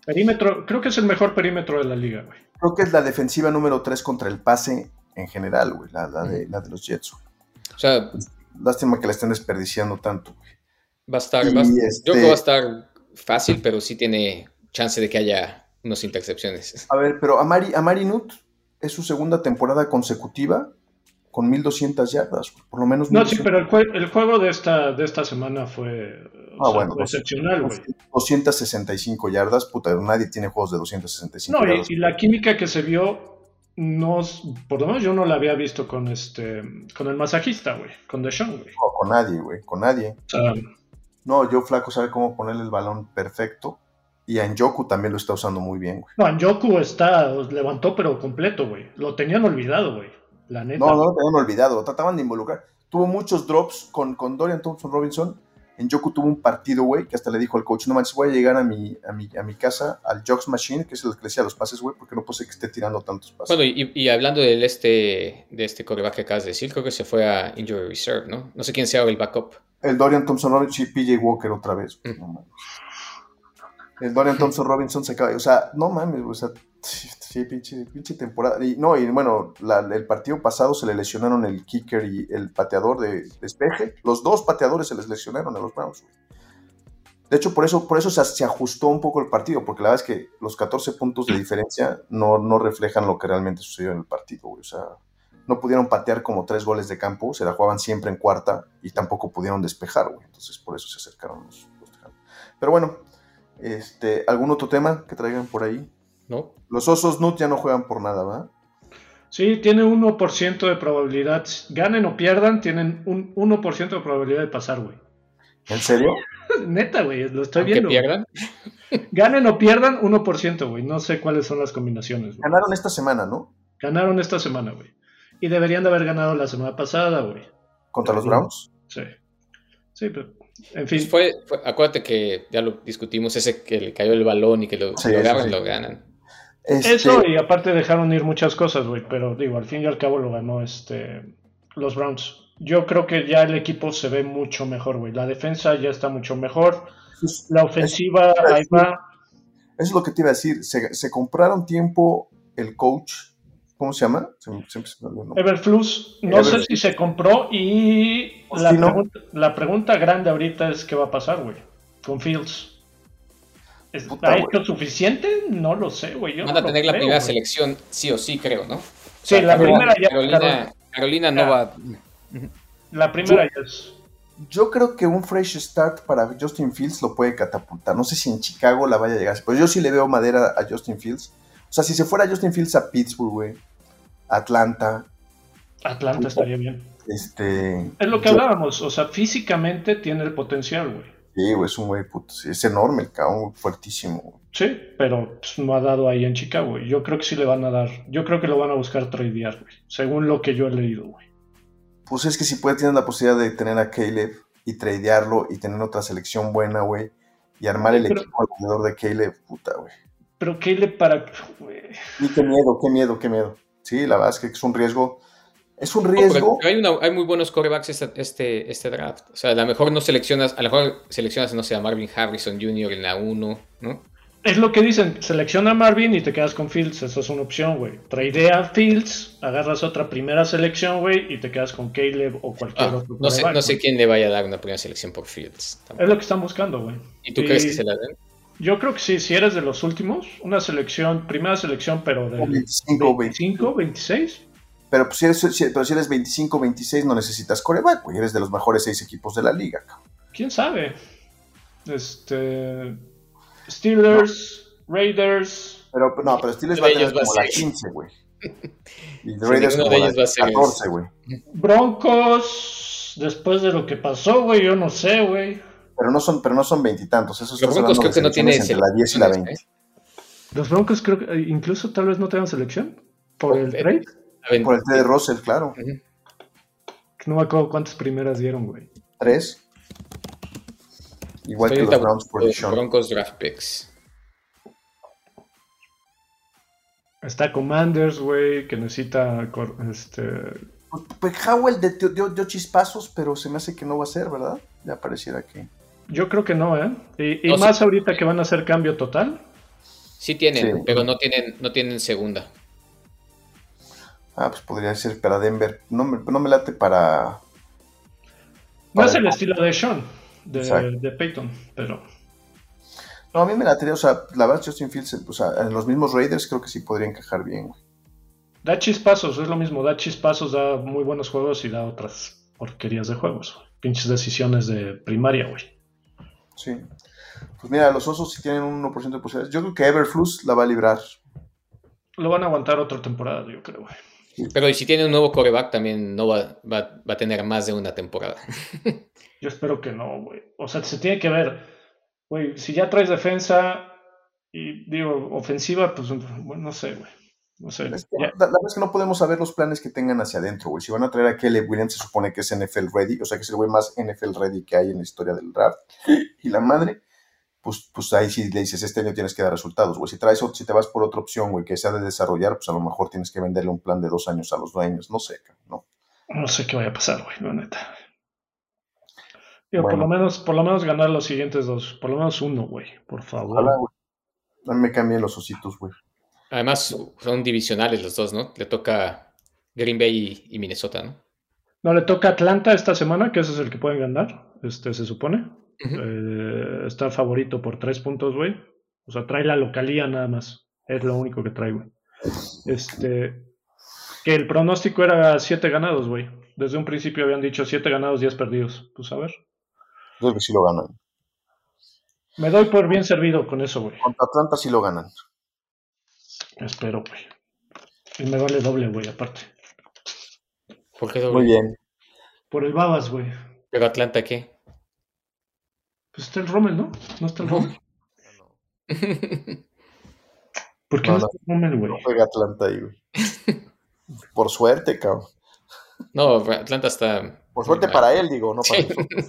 Speaker 6: Perímetro, creo que es el mejor perímetro de la liga, güey.
Speaker 3: Creo que es la defensiva número 3 contra el pase en general, güey, la, la de, la de los Jets. güey.
Speaker 5: O sea,
Speaker 3: Lástima que la estén desperdiciando tanto. güey.
Speaker 5: va a estar.
Speaker 3: Y
Speaker 5: va a-
Speaker 3: este-
Speaker 5: Yo creo que va a estar fácil, pero sí tiene chance de que haya unas intercepciones.
Speaker 3: A ver, pero Amari, Amari Nut es su segunda temporada consecutiva con 1200 yardas, güey, por lo menos.
Speaker 6: No, sí,
Speaker 3: 1200.
Speaker 6: pero el, jue- el juego de esta, de esta semana fue, o
Speaker 3: Ah,
Speaker 6: sea,
Speaker 3: bueno,
Speaker 6: fue
Speaker 3: pues,
Speaker 6: excepcional, güey.
Speaker 3: 265 yardas, puta, nadie tiene juegos de 265
Speaker 6: No, y,
Speaker 3: yardas.
Speaker 6: y la química que se vio, no, s- por lo menos yo no la había visto con este con el masajista, güey, con Deshaun, güey.
Speaker 3: No, con nadie, güey, con nadie.
Speaker 6: O sea,
Speaker 3: No, yo flaco sabe cómo ponerle el balón perfecto. Y Anjoku también lo está usando muy bien, güey.
Speaker 6: no, Anjoku está, levantó pero completo, güey. Lo tenían olvidado, güey. La neta.
Speaker 3: No, no lo tenían olvidado, lo trataban de involucrar. Tuvo muchos drops con, con Dorian Thompson Robinson. Anjoku tuvo un partido, güey, que hasta le dijo al coach, no manches, voy a llegar a mi, a mi, a mi casa, al Jogs Machine, que es el que le decía los pases, güey, porque no puede ser que esté tirando tantos pases.
Speaker 5: Bueno, y, y hablando del este, de este coreback que acabas de decir, creo que se fue a Injury Reserve, ¿no? No sé quién sea el backup.
Speaker 3: El Dorian Thompson Robinson y PJ Walker otra vez. güey,
Speaker 5: Mm.
Speaker 3: no mames. El Dorian Thompson Robinson se acaba. O sea, no mames, güey, o sea, sí, pinche, pinche temporada. Y, no, y bueno, la- el partido pasado se le lesionaron el kicker y el pateador de despeje. Los dos pateadores se les lesionaron a los Browns. güey. De hecho, por eso, por eso se, se ajustó un poco el partido, porque la verdad es que los 14 puntos de diferencia no, no reflejan lo que realmente sucedió en el partido, güey. O sea, no pudieron patear como tres goles de campo, se la jugaban siempre en cuarta y tampoco pudieron despejar, güey. Entonces por eso se acercaron los, los Tejanos. Pero bueno, este, ¿algún otro tema que traigan por ahí?
Speaker 5: ¿No?
Speaker 3: Los osos Nut ya no juegan por nada, ¿va?
Speaker 6: Sí, tiene 1% de probabilidad. Ganen o pierdan, tienen un 1% de probabilidad de pasar, güey.
Speaker 3: ¿En serio?
Speaker 6: Neta, güey, lo estoy
Speaker 5: Aunque
Speaker 6: viendo. güey.
Speaker 5: pierdan.
Speaker 6: Ganen o pierdan, 1%, güey. No sé cuáles son las combinaciones, güey.
Speaker 3: Ganaron esta semana, ¿no?
Speaker 6: Ganaron esta semana, güey. Y deberían de haber ganado la semana pasada, güey.
Speaker 3: Contra los Browns.
Speaker 6: Sí. Sí, pero. En
Speaker 5: Pues
Speaker 6: fin.
Speaker 5: fue, fue- acuérdate que ya lo discutimos, ese que le cayó el balón y que lo,
Speaker 3: Sí,
Speaker 5: lo
Speaker 3: eso
Speaker 5: agarran,
Speaker 3: sí.
Speaker 5: lo ganan.
Speaker 3: Este,
Speaker 6: Eso, y aparte dejaron ir muchas cosas, güey. Pero digo, al fin y al cabo lo ganó este los Browns. Yo creo que ya el equipo se ve mucho mejor, güey. La defensa ya está mucho mejor.
Speaker 3: eso
Speaker 6: La ofensiva, ahí va.
Speaker 3: es lo que te iba a decir. Se, se compraron tiempo el coach. ¿Cómo se llama? Se, me- siempre se me olvida el nombre.
Speaker 6: Everflux, no sé
Speaker 3: Everflux.
Speaker 6: si se compró. Y la,
Speaker 3: Sí, ¿no?
Speaker 6: pregunta, la pregunta grande ahorita es: ¿qué va a pasar, güey? Con Fields. ¿Es-
Speaker 3: Puta,
Speaker 6: ¿Ha
Speaker 3: güey.
Speaker 6: hecho suficiente? No lo sé, güey. Yo
Speaker 5: Van
Speaker 6: no
Speaker 5: a
Speaker 6: lo
Speaker 5: tener la
Speaker 6: creo,
Speaker 5: primera
Speaker 6: güey.
Speaker 5: selección, sí o sí, creo, ¿no?
Speaker 6: Sí, la primera ya.
Speaker 5: Carolina, Carolina no
Speaker 6: Ya.
Speaker 5: va.
Speaker 6: La primera ya es.
Speaker 3: Yo creo que un fresh start para Justin Fields lo puede catapultar. No sé si en Chicago la vaya a llegar, pero yo sí le veo madera a Justin Fields. O sea, si se fuera Justin Fields a Pittsburgh, güey, Atlanta,
Speaker 6: Atlanta estaría bien.
Speaker 3: este.
Speaker 6: Es lo que
Speaker 3: yo-
Speaker 6: hablábamos, o sea, físicamente tiene el potencial, güey.
Speaker 3: Sí, güey, es un güey, puto, sí, es enorme, el cabrón, fuertísimo. güey.
Speaker 6: Sí, pero pues, no ha dado ahí en Chicago, güey. Yo creo que sí le van a dar, yo creo que lo van a buscar tradear, güey. Según lo que yo he leído, güey.
Speaker 3: Pues es que si puede tener la posibilidad de tener a Caleb y tradearlo y tener otra selección buena, güey, y armar el
Speaker 6: Pero-
Speaker 3: equipo alrededor de Caleb, puta, güey.
Speaker 6: Pero qué le para, güey.
Speaker 3: Y qué miedo, qué miedo, qué miedo. Sí, la verdad es que es un riesgo. Es un
Speaker 5: No,
Speaker 3: riesgo.
Speaker 5: pero- pero hay, una- hay muy buenos corebacks este, este, este draft. O sea, a lo mejor no seleccionas, a lo mejor seleccionas, no sé, a Marvin Harrison Jr. en la 1, ¿no?
Speaker 6: Es lo que dicen, selecciona a Marvin y te quedas con Fields, esa es una opción, güey. Tradea a Fields, agarras otra primera selección, güey, y te quedas con Caleb o cualquier
Speaker 5: Ah,
Speaker 6: otro.
Speaker 5: no, sé,
Speaker 6: quarterback,
Speaker 5: no sé
Speaker 6: güey.
Speaker 5: quién le vaya a dar una primera selección por Fields.
Speaker 6: Es lo que están buscando, güey.
Speaker 5: ¿Y tú crees que
Speaker 6: y-
Speaker 5: se la den?
Speaker 6: Yo creo que sí, si eres de los últimos, una selección, primera selección, pero del
Speaker 3: 25, 20.
Speaker 6: 25, 26.
Speaker 3: Pero pues, si eres, si- pero si eres 25, 26, no necesitas coreback, güey. Eres de los mejores seis equipos de la liga, cabrón.
Speaker 6: ¿Quién sabe? Este. Steelers, Raiders.
Speaker 3: Pero no, pero Steelers
Speaker 5: Uno
Speaker 3: va a
Speaker 5: de ellos va
Speaker 3: tener
Speaker 5: a
Speaker 3: como la
Speaker 5: ser.
Speaker 3: 15, güey. Y
Speaker 5: Sí, ninguno
Speaker 3: Raiders como
Speaker 5: de
Speaker 3: la
Speaker 5: ellos va a ser
Speaker 3: 14, güey.
Speaker 6: Broncos. Después de lo que pasó, güey, yo no sé, güey.
Speaker 3: Pero no son, pero no son veintitantos. Eso
Speaker 5: Los
Speaker 3: estás
Speaker 5: Broncos
Speaker 3: hablando
Speaker 5: creo
Speaker 3: de
Speaker 5: que no tiene
Speaker 3: selecciones entre la 10 y la 20.
Speaker 5: selecciones,
Speaker 6: Los Broncos creo que eh, incluso tal vez no tengan selección. Por el
Speaker 5: Ok.
Speaker 6: trade.
Speaker 5: La 20.
Speaker 3: Por el T de Russell, claro.
Speaker 6: No me acuerdo cuántas primeras dieron, güey.
Speaker 3: Tres. Igual
Speaker 5: Estoy
Speaker 3: que los
Speaker 5: ahorita
Speaker 3: Browns por
Speaker 5: buscando
Speaker 3: Deshaun.
Speaker 5: Broncos draft picks.
Speaker 6: Está Commanders, güey, que necesita cor- este,
Speaker 3: Pues Howell de- dio, dio chispazos, pero se me hace que no va a ser, ¿verdad? Ya pareciera que.
Speaker 6: Yo creo que no, ¿eh? Y, y
Speaker 5: No, sí.
Speaker 6: más ahorita que van a hacer cambio total.
Speaker 5: Sí tienen,
Speaker 3: Sí.
Speaker 5: pero no tienen, no tienen segunda.
Speaker 3: Ah, pues podría ser para Denver. No me, no me late para.
Speaker 6: No
Speaker 3: Para
Speaker 6: es
Speaker 3: el-
Speaker 6: el estilo de Sean, de,
Speaker 3: Exacto.
Speaker 6: de Peyton, pero
Speaker 3: No, a mí me latería, o sea, la verdad, Justin Fields, o sea, en los mismos Raiders creo que sí podría encajar bien, güey.
Speaker 6: da chispazos, es lo mismo, da chispazos, da muy buenos juegos y da otras porquerías de juegos. güey. Pinches decisiones de primaria, güey.
Speaker 3: Sí. Pues mira, los osos sí tienen un 1% de posibilidades. Yo creo que Everflux la va a librar.
Speaker 6: Lo van a aguantar otra temporada, yo creo, güey.
Speaker 5: Pero y si tiene un nuevo coreback también no va, va, va a tener más de una temporada.
Speaker 6: Yo espero que no, güey. O sea, se tiene que ver. Güey, si ya traes defensa y digo, ofensiva, pues bueno, no sé, güey. No sé.
Speaker 3: Es que
Speaker 6: Mm, Ya-
Speaker 3: la, la verdad es que no podemos saber los planes que tengan hacia adentro, güey. Si van a traer a Kelly Williams, se supone que es NFL ready, o sea, que es el güey más NFL ready que hay en la historia del draft. Y la madre, pues, pues ahí sí le dices, este año tienes que dar resultados, güey. Si traes, o- si te vas por otra opción, güey, que sea de desarrollar, pues a lo mejor tienes que venderle un plan de dos años a los dueños, no sé, cabrón, ¿no?
Speaker 6: No sé qué vaya a pasar, güey, la neta. Digo, por
Speaker 3: Bueno.
Speaker 6: lo menos, por lo menos ganar los siguientes dos, por lo menos uno, güey, por favor.
Speaker 3: Ojalá, güey. A mí me cambian los ositos, güey.
Speaker 5: Además, son divisionales los dos, ¿no? Le toca Green Bay y, y Minnesota, ¿no?
Speaker 6: No le toca Atlanta esta semana, que ese es el que pueden ganar, este se supone.
Speaker 5: Ujú.
Speaker 6: Eh, está favorito por tres puntos, güey. O sea, trae la localía nada más. Es lo único que trae, güey. Este, que el pronóstico era siete ganados, güey. Desde un principio habían dicho siete ganados, 10 perdidos. Pues a ver.
Speaker 3: Yo creo que sí lo ganan.
Speaker 6: Me doy por bien servido con eso, güey.
Speaker 3: Contra Atlanta sí lo ganan.
Speaker 6: Espero, güey. Y me vale doble, güey, aparte.
Speaker 5: ¿Por qué doble?
Speaker 3: Muy bien.
Speaker 6: Por el Babas, güey.
Speaker 5: ¿Pero Atlanta qué?
Speaker 6: Pues está el Rommel, ¿no? No está el
Speaker 5: No.
Speaker 6: Rommel. ¿Por qué no,
Speaker 3: No, no.
Speaker 6: está el Rommel,
Speaker 3: No
Speaker 6: güey?
Speaker 3: juega Atlanta ahí, güey. Por suerte, cabrón.
Speaker 5: No, Atlanta está...
Speaker 3: Por suerte para él, digo, no para
Speaker 5: Sí.
Speaker 3: nosotros.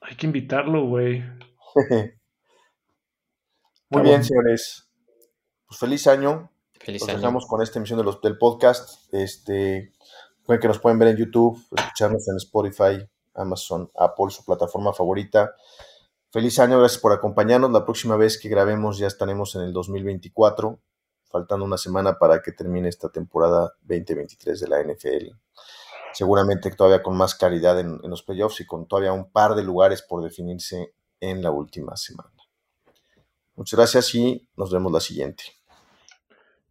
Speaker 6: Hay que invitarlo, güey.
Speaker 3: Muy
Speaker 6: Está
Speaker 3: bien,
Speaker 6: bueno.
Speaker 3: señores. Pues feliz año.
Speaker 5: Feliz
Speaker 3: Los
Speaker 5: año.
Speaker 3: dejamos con esta emisión de los, del podcast. Este, recuerden que nos pueden ver en YouTube, escucharnos en Spotify, Amazon, Apple, su plataforma favorita. Feliz año, gracias por acompañarnos. La próxima vez que grabemos ya estaremos en el 2024, faltando una semana para que termine esta temporada 2023 de la NFL. Seguramente todavía con más claridad en, en los playoffs y con todavía un par de lugares por definirse en la última semana. Muchas gracias y nos vemos la siguiente.